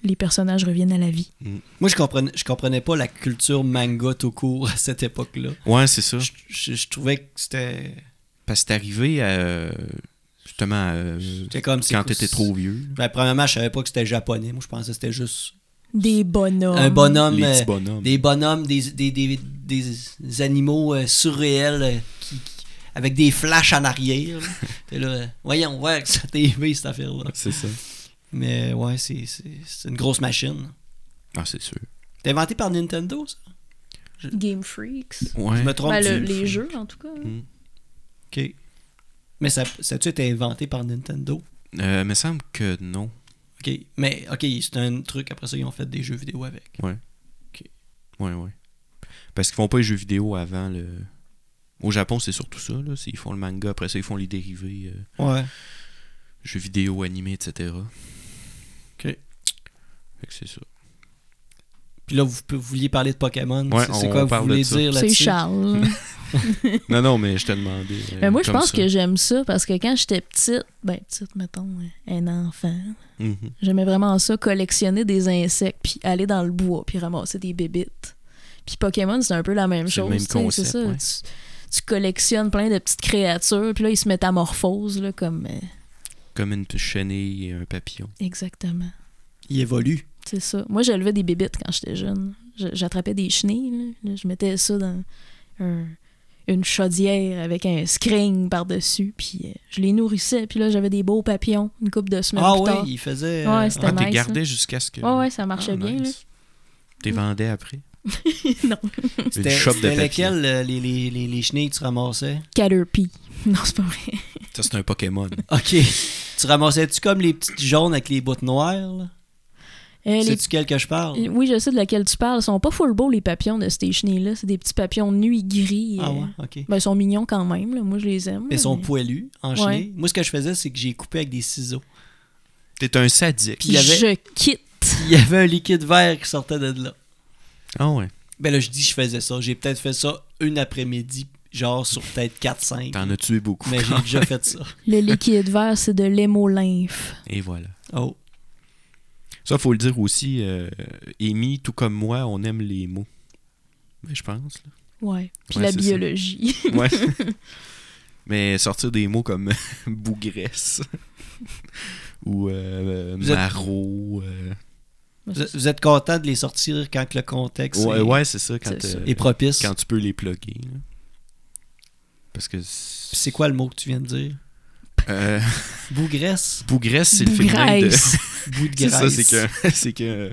C: les personnages reviennent à la vie.
A: Moi, je comprenais, je comprenais pas la culture manga tout court à cette époque-là.
B: Ouais, c'est ça.
A: Je, je- je trouvais que c'était.
B: Parce que t'es arrivé à, euh, justement euh,
A: C'était comme c'est
B: quand
A: quoi,
B: t'étais
A: c'est-
B: trop vieux.
A: Ben, premièrement, je savais pas que c'était japonais. Moi, je pensais que c'était juste
C: Des bonhommes.
A: un bonhomme.
B: Ah, les
A: euh,
B: petits bonhommes.
A: des bonhommes, des, des, des, des animaux euh, surréels euh, qui, qui- avec des flashs en arrière. là. T'es là, euh, voyons, ouais, que ça TV cette affaire-là.
B: C'est ça.
A: Mais ouais, c'est, c'est, c'est une grosse machine.
B: Ah, c'est sûr.
A: T'es inventé par Nintendo, ça
C: Game Freaks.
B: Ouais.
A: Je me trompe.
C: Ben, le-
A: tu-
C: les jeux, en tout cas.
B: Mm.
A: Ok. Mais ça, ça a-tu été inventé par Nintendo
B: Euh, me semble que non.
A: Ok. Mais ok, c'est un truc, après ça, ils ont fait des jeux vidéo avec.
B: Ouais, ouais. Parce qu'ils font pas les jeux vidéo avant le. Au Japon, c'est surtout ça. Là. C'est- Ils font le manga, après ça, ils font les dérivés, euh,
A: Ouais.
B: jeux vidéo, animés, etc.
A: Ok.
B: Fait que c'est ça.
A: Puis là, vous, vous vouliez parler de Pokémon.
B: Ouais,
A: c'est, c'est
B: on
A: quoi vous
B: parle de
A: voulez
B: ça.
A: dire
C: C'est
A: là-dessus
C: Charles.
B: non, non, mais je te demandais. euh,
C: Mais Ben, moi, je
B: comme
C: pense
B: ça.
C: que j'aime ça parce que quand j'étais petite, ben petite, mettons, euh, un enfant,
B: Mhm.
C: j'aimais vraiment ça, collectionner des insectes, puis aller dans le bois, puis ramasser des bébites. Puis Pokémon, c'est un peu la même
B: C'est le
C: chose.
B: même
C: tu sais,
B: concept,
C: ça.
B: ouais.
C: Tu, tu collectionnes plein de petites créatures, puis là, ils se métamorphosent, là, comme. euh,
B: Comme une chenille et un papillon.
C: exactement.
A: Il évolue.
C: C'est ça. Moi, j'élevais des bébites quand j'étais jeune. Je- J'attrapais des chenilles. là. Là, Je mettais ça dans un- une chaudière avec un screen par-dessus. Puis euh, je les nourrissais. Puis là, j'avais des beaux papillons une couple de semaines
A: Ah
C: plus
A: ouais,
C: tard.
A: il faisait.
C: Ouais,
A: euh,
C: c'était
B: Ah, t'es
C: nice, hein?
B: gardé jusqu'à ce que.
C: Ouais, ouais, ça marchait
B: Ah,
C: bien. Mm.
B: nice. T'es vendais après.
C: Là. non.
B: Une
A: C'était,
B: shop de
A: c'était
B: papillons.
A: lesquels euh, les, les, les, les chenilles que tu ramassais?
C: Caterpie. Non, c'est pas vrai.
B: Ça, c'est un Pokémon.
A: OK. tu ramassais-tu comme les petites jaunes avec les bouts noires? là?
C: Euh, les-
A: C'est-tu quel que je parle?
C: Oui, je sais de laquelle tu parles. Ils sont pas full beaux, les papillons de ces chenilles-là. C'est des petits papillons de nuit gris.
A: Ah
C: euh.
A: ouais, OK.
C: Ben, ils sont mignons quand même. là. Moi, je les aime.
A: Mais ils
C: là,
A: sont
C: mais-
A: poilus, en
C: Ouais.
A: chenille. Moi, ce que je faisais, c'est que j'ai coupé avec des ciseaux.
B: T'es un sadique.
A: Puis il y avait-
C: Je quitte.
A: Il y avait un liquide vert qui sortait de là.
B: Ah ouais.
A: Ben là, je dis je faisais ça. J'ai peut-être fait ça une après-midi, genre sur peut-être 4-5.
B: T'en as tué beaucoup.
A: Mais j'ai déjà fait ça.
C: Le liquide vert, c'est de l'hémolymphe.
B: Et voilà.
A: Oh.
B: Ça, faut le dire aussi, euh, Amy, tout comme moi, on aime les mots. Mais je pense. là.
C: Ouais. Puis
B: Ouais,
C: la
B: c'est ça.
C: biologie.
B: Ouais. Mais sortir des mots comme bougresse ou euh,
A: Vous êtes-
B: maraud. euh,
A: Vous, vous êtes content de les sortir quand que le contexte
B: Ouais,
A: est,
B: ouais, c'est ça, quand,
C: c'est ça.
B: euh,
A: est propice.
B: quand tu peux les plugger. là. Parce que.
A: Puis C'est quoi le mot que tu viens de dire?
B: Euh,
A: Bougresse?
B: bougresse, c'est le féminin de.
C: Bougresse.
A: Bout de
B: c'est
A: graisse.
B: ça, c'est que. c'est que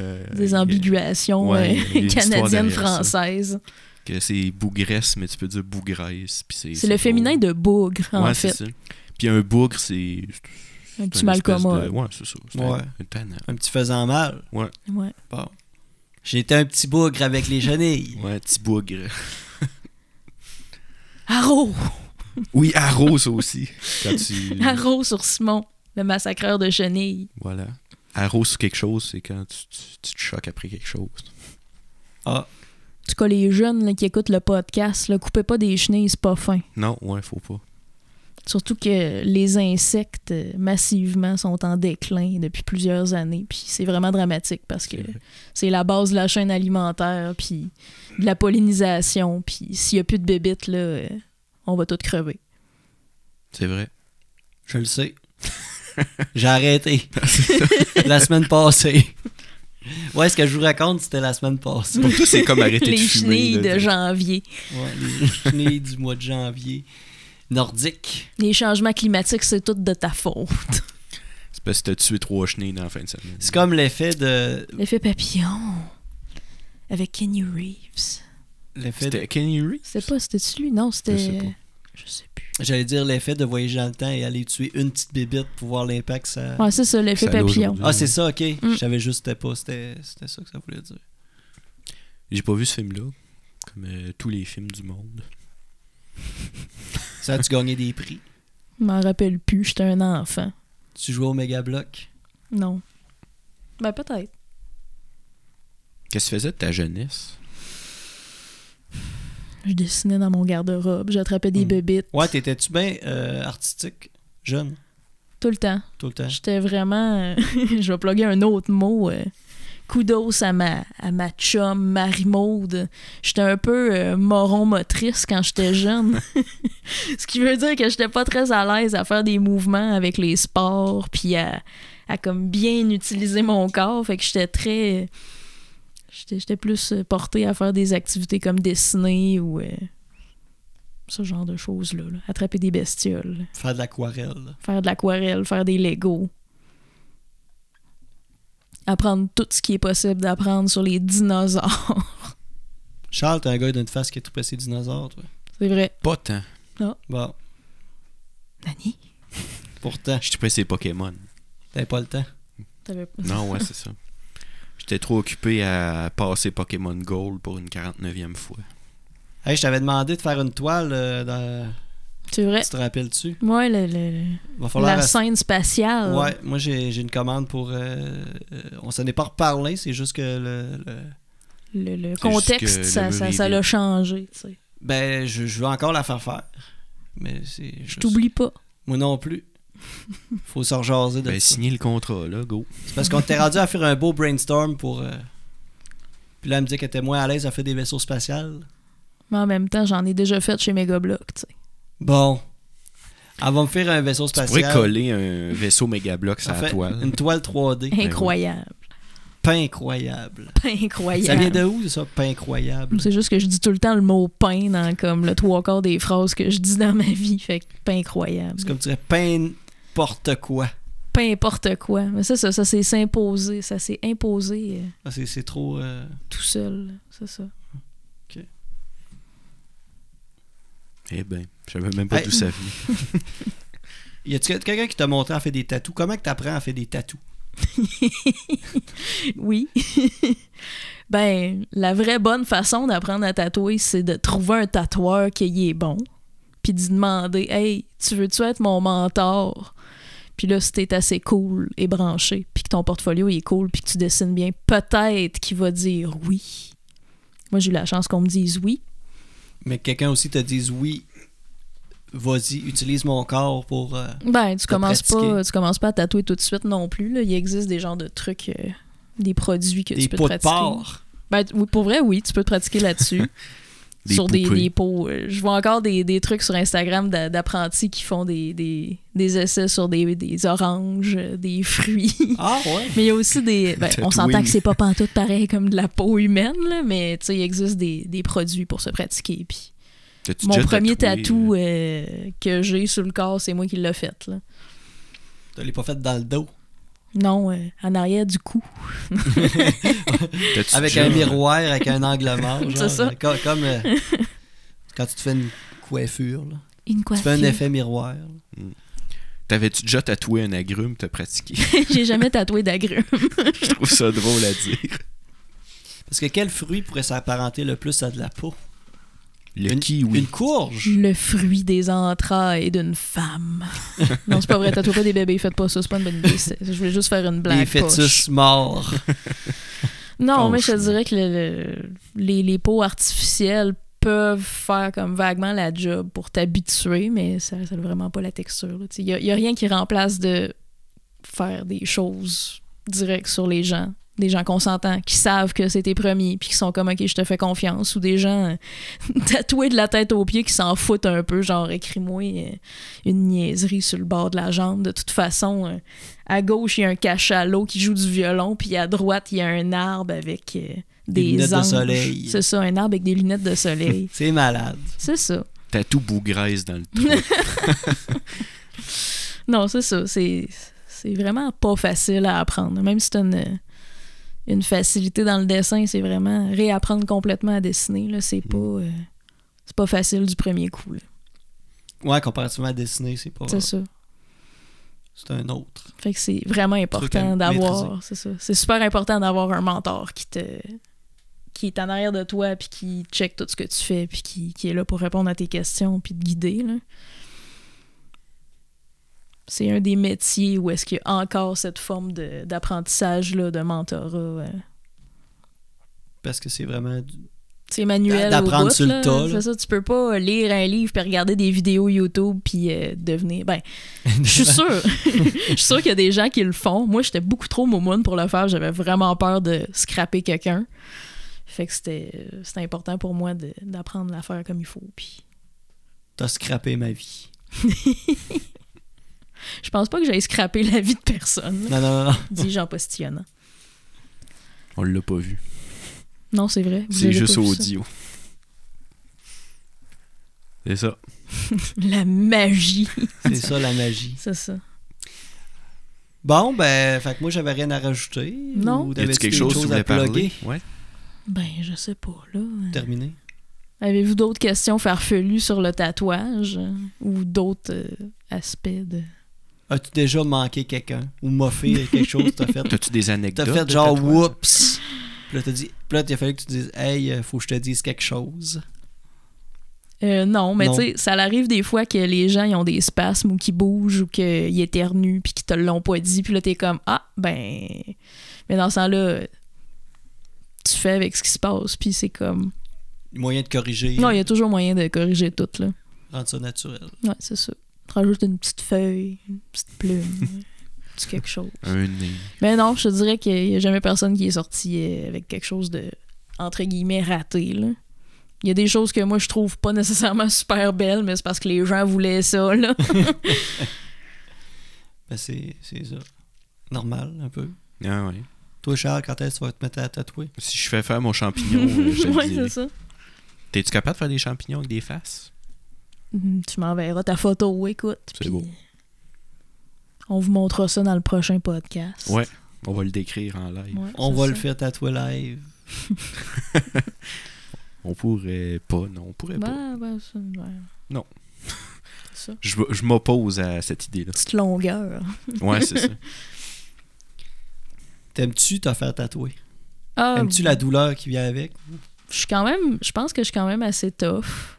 B: euh,
C: Des
B: euh,
C: ambiguations
B: ouais,
C: euh,
B: il y a une histoire
C: canadiennes,
B: derrière ça.
C: françaises.
B: que c'est bougresse, mais tu peux dire bougresse. puis
C: C'est le féminin de bougre, en
B: ouais, c'est
C: fait.
B: ça. Puis un bougre, c'est.
C: Un
B: c'est
C: petit
B: une
C: malcom.
B: espèce de- Ouais, c'est ça. C'est un-
A: Ouais.
B: un tannant.
A: Un petit faisant mal.
C: Ouais.
A: Bon. J'étais un petit bougre avec les chenilles.
B: Ouais, petit bougre.
C: Haro!
B: Oui, arrow, ça aussi. Quand tu...
C: Haro sur Simon, le massacreur de chenilles.
B: Voilà. Arrow sur quelque chose, c'est quand tu, tu- tu te choques après quelque chose.
A: Ah,
C: En tout cas, les jeunes là, qui écoutent le podcast, là, coupez pas des chenilles, c'est pas fin.
B: Non, ouais, faut pas.
C: Surtout que les insectes euh, massivement sont en déclin depuis plusieurs années. Puis c'est vraiment dramatique parce que
B: C'est vrai.
C: c'est la base de la chaîne alimentaire, puis de la pollinisation. Puis s'il n'y a plus de bébites, là, euh, on va toutes crever.
B: C'est vrai.
A: je le sais. J'ai arrêté. la semaine passée. Ouais, ce que je vous raconte, c'était la semaine passée.
B: Pour toi, c'est comme arrêter de
C: les
B: fumer.
C: chenilles
B: là,
C: de
B: tu-
C: janvier.
A: Ouais, les chenilles du mois de janvier. Nordique.
C: Les changements climatiques, c'est tout de ta faute.
B: C'est parce que t'as tué trois chenilles dans la fin de semaine.
A: C'est comme l'effet de.
C: L'effet papillon avec Kenny Reeves.
A: L'effet de-
B: C'était Kenny Reeves?
C: C'était pas, c'était-tu lui? Non, c'était.
B: Je sais pas.
C: Je sais plus.
A: J'allais dire l'effet de voyager dans le temps et aller tuer une petite bébite pour voir l'impact que ça.
C: Ouais, c'est ça, l'effet
B: Ça allait
C: papillon.
B: aujourd'hui.
A: Ah, c'est ça, ok.
C: Mm.
A: Je savais juste que c'était pas. C'était c'était ça que ça voulait dire.
B: J'ai pas vu ce film-là. Comme euh, tous les films du monde.
A: Ça, tu gagnais des prix.
C: Je m'en rappelle plus, j'étais un enfant.
A: Tu jouais au méga bloc.
C: Non. Ben, peut-être.
B: Qu'est-ce que tu faisais de ta jeunesse?
C: Je dessinais dans mon garde-robe, j'attrapais des
A: Mm.
C: bébites.
A: Ouais, t'étais-tu bien euh, artistique, jeune,
C: Tout le temps.
A: tout le temps?
C: J'étais vraiment. euh, je vais plugger un autre mot. euh, Kudos à ma, à ma chum, Marie-Maude. J'étais un peu euh, moron motrice quand j'étais jeune. Ce qui veut dire que j'étais pas très à l'aise à faire des mouvements avec les sports, puis à, à comme bien utiliser mon corps. Fait que j'étais très. J'étais j'étais plus euh, portée à faire des activités comme dessiner ou. euh, ce genre de choses-là. là. Attraper des bestioles,
A: Faire de l'aquarelle.
C: faire de l'aquarelle, faire des Legos. Apprendre tout ce qui est possible d'apprendre sur les dinosaures.
A: Charles, t'es un gars d'une face qui est tout passé dinosaure, toi.
C: C'est vrai.
B: Pas tant.
A: Bon,
C: Annie?
A: pourtant,
B: J'étais pressé Pokémon.
A: t'avais pas le temps.
C: T'avais pas...
B: Non, ouais, c'est ça. J'étais trop occupé à passer Pokémon Gold pour une 49e fois.
A: Hey, je t'avais demandé de faire une toile, euh, dans-
C: C'est vrai.
A: tu te rappelles-tu?
C: Moi, le, le-
A: Va
C: le-
A: falloir...
C: la
A: ass-
C: scène spatiale.
A: Ouais, moi j'ai j'ai une commande pour... euh, euh, on s'en est pas reparlé, c'est juste que le... le-
C: Le, le
B: C'est juste
C: contexte,
B: que
C: ça,
B: le
C: ça,
B: mur
C: ça
B: est
C: l'a
B: vide.
C: changé. tu sais.
A: Ben, je, je veux encore la faire faire. Mais c'est...
C: Je
A: juste-
C: t'oublie pas.
A: Moi non plus. Faut s'en rejaser de
B: Ben,
A: ça.
B: signer le contrat, là, go.
A: C'est parce qu'on t'est rendu à faire un beau brainstorm pour... euh, Puis là, elle me dit qu'elle était moins à l'aise à faire des vaisseaux spatials.
C: Mais en même temps, j'en ai déjà fait chez Megablock. tu sais.
A: Bon. Elle va me faire un vaisseau
B: Tu pourrais
A: spatial.
B: coller un vaisseau mégabloc sur
A: En
B: la
A: fait,
B: toile.
A: Une toile 3D.
C: Incroyable.
A: Pas incroyable.
C: Pas
A: Ben
C: incroyable.
A: Ça vient de où, ça? Pas incroyable.
C: C'est juste que je dis tout le temps le mot pain dans comme le trois quarts des phrases que je dis dans ma vie. Fait que pas incroyable.
A: C'est comme tu dirais, peine porte quoi.
C: Pas importe quoi. Mais ça, ça, ça s'est imposé. Ça s'est imposé euh,
A: Ah, c'est, c'est trop... euh,
C: tout seul. là. C'est ça.
B: Eh ben, je savais même pas
A: Hey.
B: d'où ça venait.
A: Y a-tu quelqu'un qui t'a montré à faire des tatous? Comment que t'apprends à faire des tatous?
C: Oui. ben, la vraie bonne façon d'apprendre à tatouer, c'est de trouver un tatoueur qui y est bon. Puis d'y demander Hey, tu veux-tu être mon mentor? Puis là, si t'es assez cool et branché, puis que ton portfolio il est cool, puis que tu dessines bien, peut-être qu'il va dire oui. Moi, j'ai eu la chance qu'on me dise oui.
A: Mais que quelqu'un aussi te dise oui, vas-y, utilise mon corps pour... euh,
C: Ben, tu
A: T'as
C: commences pas,
A: pratiqué.
C: tu commences pas à tatouer tout de suite non plus. là. Il existe des genres de trucs, euh, des produits que
A: des
C: tu peux
A: pots
C: te
A: de
C: pratiquer.
A: porc.
C: Ben, t- oui, pour vrai, oui, tu peux te pratiquer là-dessus.
B: Des
C: sur des,
B: poupées.
C: des pots. euh, Je vois encore des, des trucs sur Instagram d'a- d'apprentis qui font des, des, des essais sur des, des oranges, euh, des fruits.
A: Ah ouais?
C: Mais il y a aussi des. ben, on
B: Tatouing.
C: s'entend que c'est pas pantoute pareil comme de la peau humaine, là, mais tu sais, il existe des, des produits pour se pratiquer. Puis
B: T'as-tu
C: mon
B: déjà
C: premier
B: tatoué,
C: tatou euh, que j'ai sur le corps, c'est moi qui l'ai fait. Là.
A: Tu l'as pas fait dans le dos.
C: Non, euh, en arrière du cou.
B: euh, T'as-tu
A: Avec
B: déjà-
A: un miroir, avec un angle mort.
C: C'est
A: genre,
C: ça.
A: Comme, comme, euh, quand tu te fais une coiffure. là.
C: Une
A: Tu
C: coiffure.
A: fais un effet miroir. là.
B: T'avais-tu déjà tatoué un agrume, t'as pratiqué?
C: J'ai jamais tatoué d'agrumes.
B: Je trouve ça drôle à dire.
A: Parce que quel fruit pourrait s'apparenter le plus à de la peau
B: Le
A: une,
B: kiwi.
A: Une courge.
C: Le fruit des entrailles d'une femme. non, c'est pas vrai. Tatouez pas des bébés. Faites pas ça. C'est pas une bonne idée. C'est- Je voulais juste faire une blague.
A: Les
C: poche.
A: fœtus morts.
C: Non, mais je te
B: Franchement.
C: dirais que le- le- les, les peaux artificielles peuvent faire comme vaguement la job pour t'habituer, mais ça n'a vraiment pas la texture. là. Tu sais, Il n'y a, rien qui remplace de faire des choses directes sur les gens. Des gens consentants qui savent que c'est tes premiers puis qui sont comme OK, je te fais confiance. Ou des gens euh, tatoués de la tête aux pieds qui s'en foutent un peu, genre écris-moi euh, une niaiserie sur le bord de la jambe. De toute façon, euh, à gauche, il y a un cachalot qui joue du violon, puis à droite, il y a un arbre avec euh,
A: Des
C: des,
A: lunettes de
C: anges.
A: soleil.
C: C'est ça, un arbre avec des lunettes de soleil.
A: C'est malade.
C: c'est ça.
B: T'as tout bougraise dans le trou.
C: Non, c'est ça. C'est, c'est vraiment pas facile à apprendre. Même si t'as une, une facilité dans le dessin, c'est vraiment réapprendre complètement à dessiner. Là, c'est pas. euh, c'est pas facile du premier coup. là.
A: Ouais, comparativement à dessiner, c'est pas.
C: C'est ça.
A: C'est un autre.
C: Fait que c'est vraiment important
A: à
C: d'avoir,
A: maîtriser.
C: c'est ça. C'est super important d'avoir un mentor qui te qui est en arrière de toi puis qui check tout ce que tu fais puis qui, qui est là pour répondre à tes questions puis te guider là. C'est un des métiers où est-ce qu'il y a encore cette forme de- d'apprentissage là de mentorat. euh.
A: Parce que c'est vraiment. du-
C: C'est manuel au
A: D'apprendre
C: bout,
A: sur le
C: là.
A: tas, là.
C: C'est ça, tu peux pas euh, lire un livre puis regarder des vidéos YouTube puis euh, devenir ben Je suis sûre. Je suis sûre qu'il y a des gens qui le font. Moi, j'étais beaucoup trop moumoune pour le faire. J'avais vraiment peur de scraper quelqu'un. Fait que c'était c'était important pour moi de- d'apprendre à faire comme il faut. Puis
A: T'as scrappé ma vie.
C: je pense pas que j'aille scraper la vie de personne,
A: Non, non, non. non.
C: dis-je en postillonnant.
B: On l'a pas vu.
C: Non, c'est vrai. vous
B: C'est
C: avez
B: juste
C: pas vu ça.
B: audio. C'est ça.
C: La magie.
A: C'est ça la magie.
C: C'est ça.
A: Bon, ben, fait que moi, j'avais rien à rajouter.
C: Non.
A: Ou
B: Y a-tu
A: t'avais-tu
B: quelque chose que tu voulais
A: à plugger?
B: parler? Ouais.
C: Ben, je sais pas, là.
A: Terminé.
C: Avez-vous d'autres questions farfelues sur le tatouage euh, ou d'autres euh, aspects de.
A: As-tu déjà manqué quelqu'un ou moffé quelque chose que t'as fait?
B: T'as-tu des anecdotes?
A: T'as fait
B: de
A: genre
B: tatouage?
A: whoops. Puis là, t'as dit, puis là, il a fallu que tu dises, hey, euh, faut que je te dise quelque chose.
C: Euh, non, mais
A: Non.
C: tu sais, ça arrive des fois que les gens ils ont des spasmes ou qu'ils bougent ou qu'ils éternuent puis qu'ils te l'ont pas dit. Puis là, t'es comme Ah, ben. Mais dans ce temps-là, tu fais avec ce qui se passe. Puis c'est comme.
A: Moyen de corriger,
C: Non, il y a toujours moyen de corriger tout, là.
A: rendre ça naturel.
C: Ouais, c'est ça. Tu rajoutes une petite feuille, une petite plume, tu quelque chose.
B: Un nez.
C: Mais non, je te dirais qu'il n'y a jamais personne qui est sorti euh, avec quelque chose de, entre guillemets, raté. là. Il y a des choses que moi je trouve pas nécessairement super belles, mais c'est parce que les gens voulaient ça. Là.
A: Ben, c'est c'est ça. Normal, un peu.
B: Ah ouais.
A: Toi, Charles, quand est-ce que tu vas te mettre à tatouer?
B: Si je fais faire mon champignon, euh, je te le
C: ouais,
B: dirai.
C: c'est ça.
B: T'es-tu capable de faire des champignons avec des faces?
C: Mm, Tu m'enverras ta photo, écoute.
B: C'est
C: puis
B: beau.
C: On vous montrera ça dans le prochain podcast.
B: Ouais. On va le décrire en live.
C: Ouais,
A: On
C: c'est
A: va le
C: ça.
A: faire tatouer live.
B: On pourrait pas, non, on pourrait pas.
C: Ouais, ouais, ça, ouais.
B: Non.
C: C'est ça.
B: Je, je m'oppose à cette idée-là.
C: Petite longueur.
B: Ouais, c'est ça.
A: T'aimes-tu te faire tatouer?
C: Ah,
A: Aimes-tu la douleur qui vient avec?
C: je suis quand même je pense que je suis quand même assez tough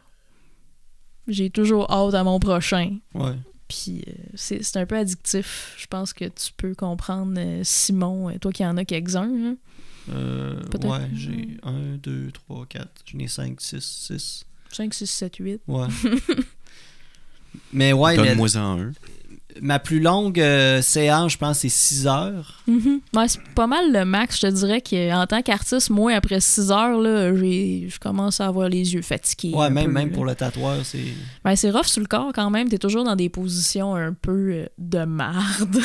C: j'ai toujours hâte à mon prochain
A: Ouais.
C: puis euh, c'est c'est un peu addictif je pense que tu peux comprendre euh, Simon euh, toi qui en as quelques-uns là.
A: Euh,
C: Peut-être.
A: ouais, j'ai 1, 2, 3, 4. J'en ai 5, 6, 6.
C: 5, 6, 7, 8
A: Ouais. mais ouais, mais
B: Donne-moi en un.
A: ma plus longue euh, séance, je pense, c'est 6 heures.
C: Mm-hmm. ouais, c'est pas mal le max je te dirais qu'en tant qu'artiste moi après 6 heures là, j'ai- je commence à avoir les yeux fatigués
A: Ouais,
C: un
A: même,
C: peu,
A: même
C: là.
A: pour le tatoueur, c'est.
C: Ben, c'est rough sur le corps quand même. T'es toujours dans des positions un peu euh, de marde.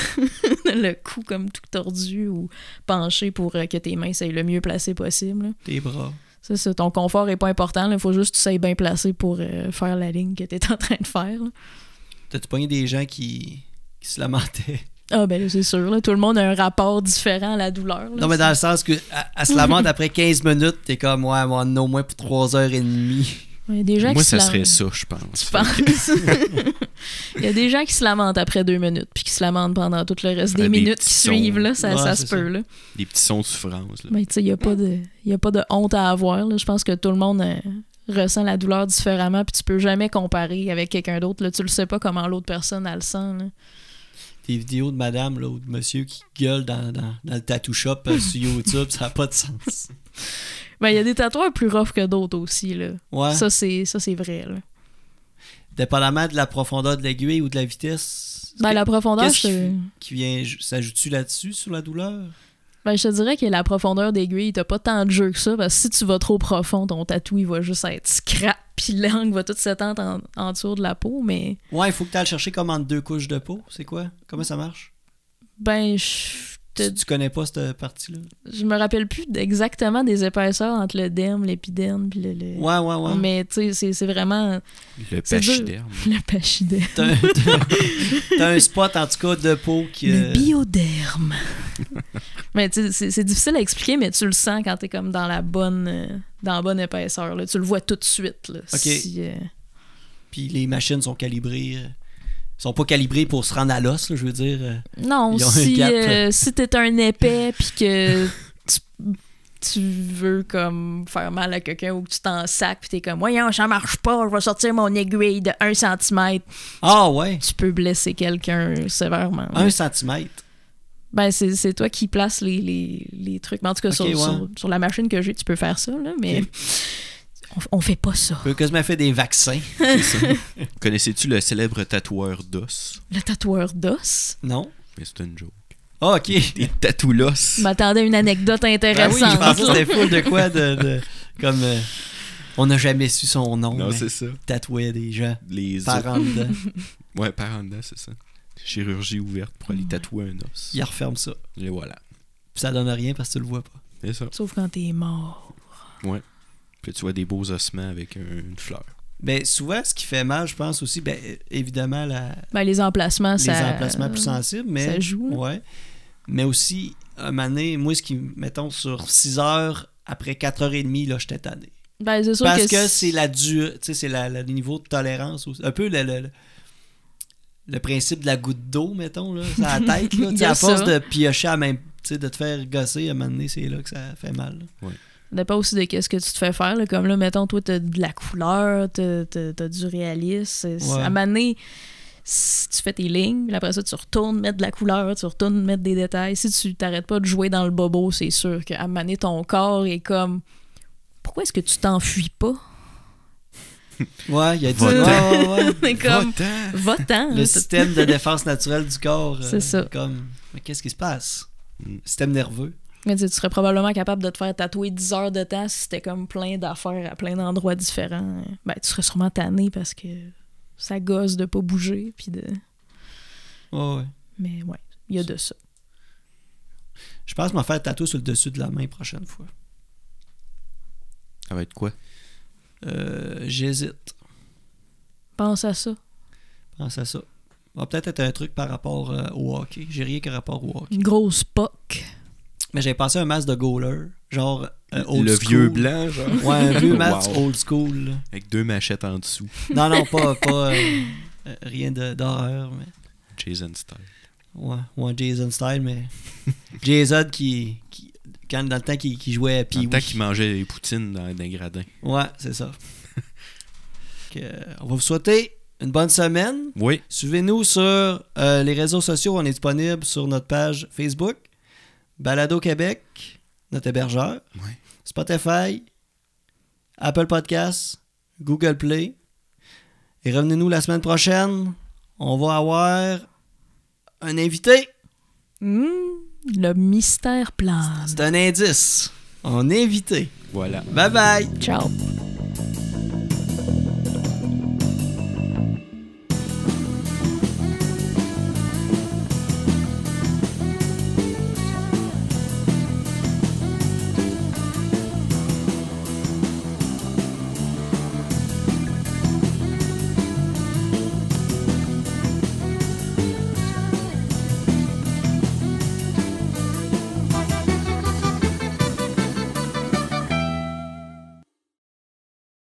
C: le cou comme tout tordu ou penché pour euh, que tes mains soient le mieux placées possible. là.
A: tes bras.
C: Ça, c'est- ton confort est pas important. Il faut juste que tu sois bien placé pour euh, faire la ligne que t'es en train de faire. là.
A: T'as-tu pogné des gens qui, qui se lamentaient?
C: Ah, ben là, c'est sûr. là, tout le monde a un rapport différent à la douleur. là.
A: Non, mais dans le sens que, à- elle se lamente après 15 minutes, t'es comme, ouais, moi, au moins pour 3h30.
C: Il y a des gens
B: Moi,
C: qui
B: ça
C: se lamentent.
B: serait ça, je pense.
C: Tu penses? Il y a des gens qui se lamentent après deux minutes, puis qui se lamentent pendant tout le reste des,
B: Des
C: minutes
B: petits
C: qui suivent. Là, ça
A: Ouais,
C: ça
A: c'est
C: se peut. Là.
B: Des petits sons de souffrance. là.
C: Mais tu sais, il n'y a, pas de- y a pas de honte à avoir. là. Je pense que tout le monde euh, ressent la douleur différemment, puis tu peux jamais comparer avec quelqu'un d'autre. là. Tu le sais pas comment l'autre personne elle le sent. là.
A: Des vidéos de madame là, ou de monsieur qui gueule dans, dans, dans le tattoo shop euh, sur YouTube, ça n'a pas de sens.
C: Mais Ben, il y a des tatouages plus rough que d'autres aussi. Là.
A: Ouais.
C: Ça, c'est ça, c'est vrai. là.
A: Dépendamment de la profondeur de l'aiguille ou de la vitesse.
C: Ben, la profondeur,
A: qu'est-ce
C: je te-
A: Qui vient, s'ajoute-tu là-dessus, sur la douleur?
C: ben, je te dirais que la profondeur d'aiguille, t'as pas tant de jeu que ça, parce que si tu vas trop profond, ton tatou, il va juste être scrap, puis l'angle va tout s'étendre en, en dessous de la peau, mais
A: Ouais, il faut que tu ailles le chercher comme entre deux couches de peau. C'est quoi? Comment ça marche?
C: ben, je te- Euh,
A: Tu, tu connais pas cette partie-là?
C: je me rappelle plus exactement des épaisseurs entre le derme, l'épiderme, puis le... le-
A: Ouais, ouais, ouais.
C: Mais tu sais, c'est- c'est vraiment
B: Le
C: C'est dur.
B: pachyderme.
C: le pachyderme.
A: T'as un, t'as- t'as un spot, en tout cas, de peau qui...
C: Le
A: euh,
C: bioderme. mais tu sais, c'est c'est difficile à expliquer, mais tu le sens quand t'es comme dans la bonne, euh, dans la bonne épaisseur. là. Tu le vois tout de suite. Là, si, euh,
A: Puis les machines sont calibrées... euh, sont pas calibrées pour se rendre à l'os, là, je veux dire. euh.
C: Non,
A: Ils ont un
C: si,
A: gap.
C: euh, si t'es un épais puis que tu, tu veux comme faire mal à quelqu'un ou que tu t'en sacs puis t'es comme voyons ça marche pas, je vais sortir mon aiguille de 1 cm,
A: Ah ouais!
C: tu peux blesser quelqu'un sévèrement.
A: Un centimètre.
C: Ben c'est c'est toi qui places les, les, les trucs. Mais en tout cas
A: Ok,
C: sur,
A: ouais.
C: sur, sur la machine que j'ai, tu peux faire ça là, mais on, on fait pas ça.
A: Je que je m'ai fait des vaccins.
B: c'est ça. Connaissais-tu le célèbre tatoueur d'os
C: Le tatoueur d'os.
A: Non?
B: Mais c'est une joke.
A: Ah, ok.
B: Des tatous l'os.
C: Je m'attendais à une anecdote
A: Ben oui,
C: intéressante.
A: je pensais que
C: là.
A: c'était full de quoi de. de- comme. euh, on n'a jamais su son nom.
B: non,
A: mais
B: c'est ça.
A: tatouait des gens.
B: Les os.
A: Parents dedans.
B: Ouais, par en dedans, c'est ça. Chirurgie ouverte pour aller tatouer un os.
A: Ils referment ça.
B: Et voilà.
A: Puis ça donne rien parce que tu le vois pas.
B: C'est ça.
C: Sauf quand t'es mort.
B: Puis tu vois des beaux ossements avec un- une fleur.
A: Ben, souvent, ce qui fait mal, je pense aussi, ben, euh, évidemment, la,
C: Ben les emplacements,
A: les
C: ça. euh,
A: emplacements plus sensibles, mais.
C: ça joue, là.
A: Ouais. Mais aussi, à un moment donné, moi, ce qui. Mettons, sur 6 heures, après 4h30, là, j'étais tanné.
C: Ben, c'est sûr
A: Parce
C: que,
A: que
C: si-
A: c'est la durée, tu sais, c'est la- la- le niveau de tolérance aussi. Un peu le, le- le- le principe de la goutte d'eau, mettons, là, sur la tête. Là, Tu
C: Il y
A: sais,
C: a
A: à force
C: ça.
A: de piocher à même, tu sais, de te faire gosser, à un moment donné, c'est là que ça fait mal. là.
C: ça dépend aussi de qu'est-ce que tu te fais faire. là. Comme là, mettons, toi, t'as de la couleur, t'as t'as- t'as du réalisme. C'est- c'est-
A: Ouais.
C: À un moment donné, si tu fais tes lignes, puis après ça, tu retournes mettre de la couleur, tu retournes mettre des détails. Si tu t'arrêtes pas de jouer dans le bobo, c'est sûr qu'à un moment donné, ton corps est comme... Pourquoi est-ce que tu t'enfuis pas?
A: Ouais, il y a du...
B: Va-t'en.
A: ouais, ouais, ouais.
C: Mais comme,
B: Va-t'en!
C: va-t'en!
A: Le
C: là, t'as-
A: système de défense naturelle du corps. euh,
C: C'est ça.
A: Comme, mais qu'est-ce qui se passe?
B: Mm.
A: Système nerveux.
C: Mais tu sais, tu serais probablement capable de te faire tatouer 10 heures de temps si c'était comme plein d'affaires à plein d'endroits différents. Ben, tu serais sûrement tanné parce que ça gosse de pas bouger. Puis de...
A: Ouais, ouais.
C: Mais ouais, il y a de ça.
A: Je pense m'en faire tatouer sur le dessus de la main prochaine fois.
B: Ça va être quoi?
A: Euh, J'hésite.
C: Pense à ça.
A: Pense à ça. Va peut-être être un truc par rapport euh, au hockey. J'ai rien que rapport au hockey.
C: Une grosse poque.
A: Mais j'ai passé un masque de goaler, genre euh, old
B: le
A: school.
B: vieux blanc, genre.
A: Ouais, un vieux masque
B: Wow.
A: old school. là.
B: Avec deux machettes en dessous.
A: Non, non, pas, pas euh, euh, rien de- d'horreur, mais
B: Jason Style.
A: ouais, ouais, Jason style, mais Jason qui, qui quand dans le temps qu'il qu'il jouait à
B: Puis
A: Pee
B: en temps qu'il mangeait les poutines dans, dans les gradins.
A: Ouais, c'est ça. Fait que, euh, on va vous souhaiter une bonne semaine.
B: Oui.
A: Suivez-nous sur euh, les réseaux sociaux. On est disponible sur notre page Facebook, Balado Québec, notre hébergeur,
B: Ouais.
A: Spotify, Apple Podcasts, Google Play. Et revenez-nous la semaine prochaine. On va avoir un invité.
C: Hmm, le mystère plane.
A: C'est un indice. Un invité.
B: Voilà.
A: Bye bye.
C: Ciao.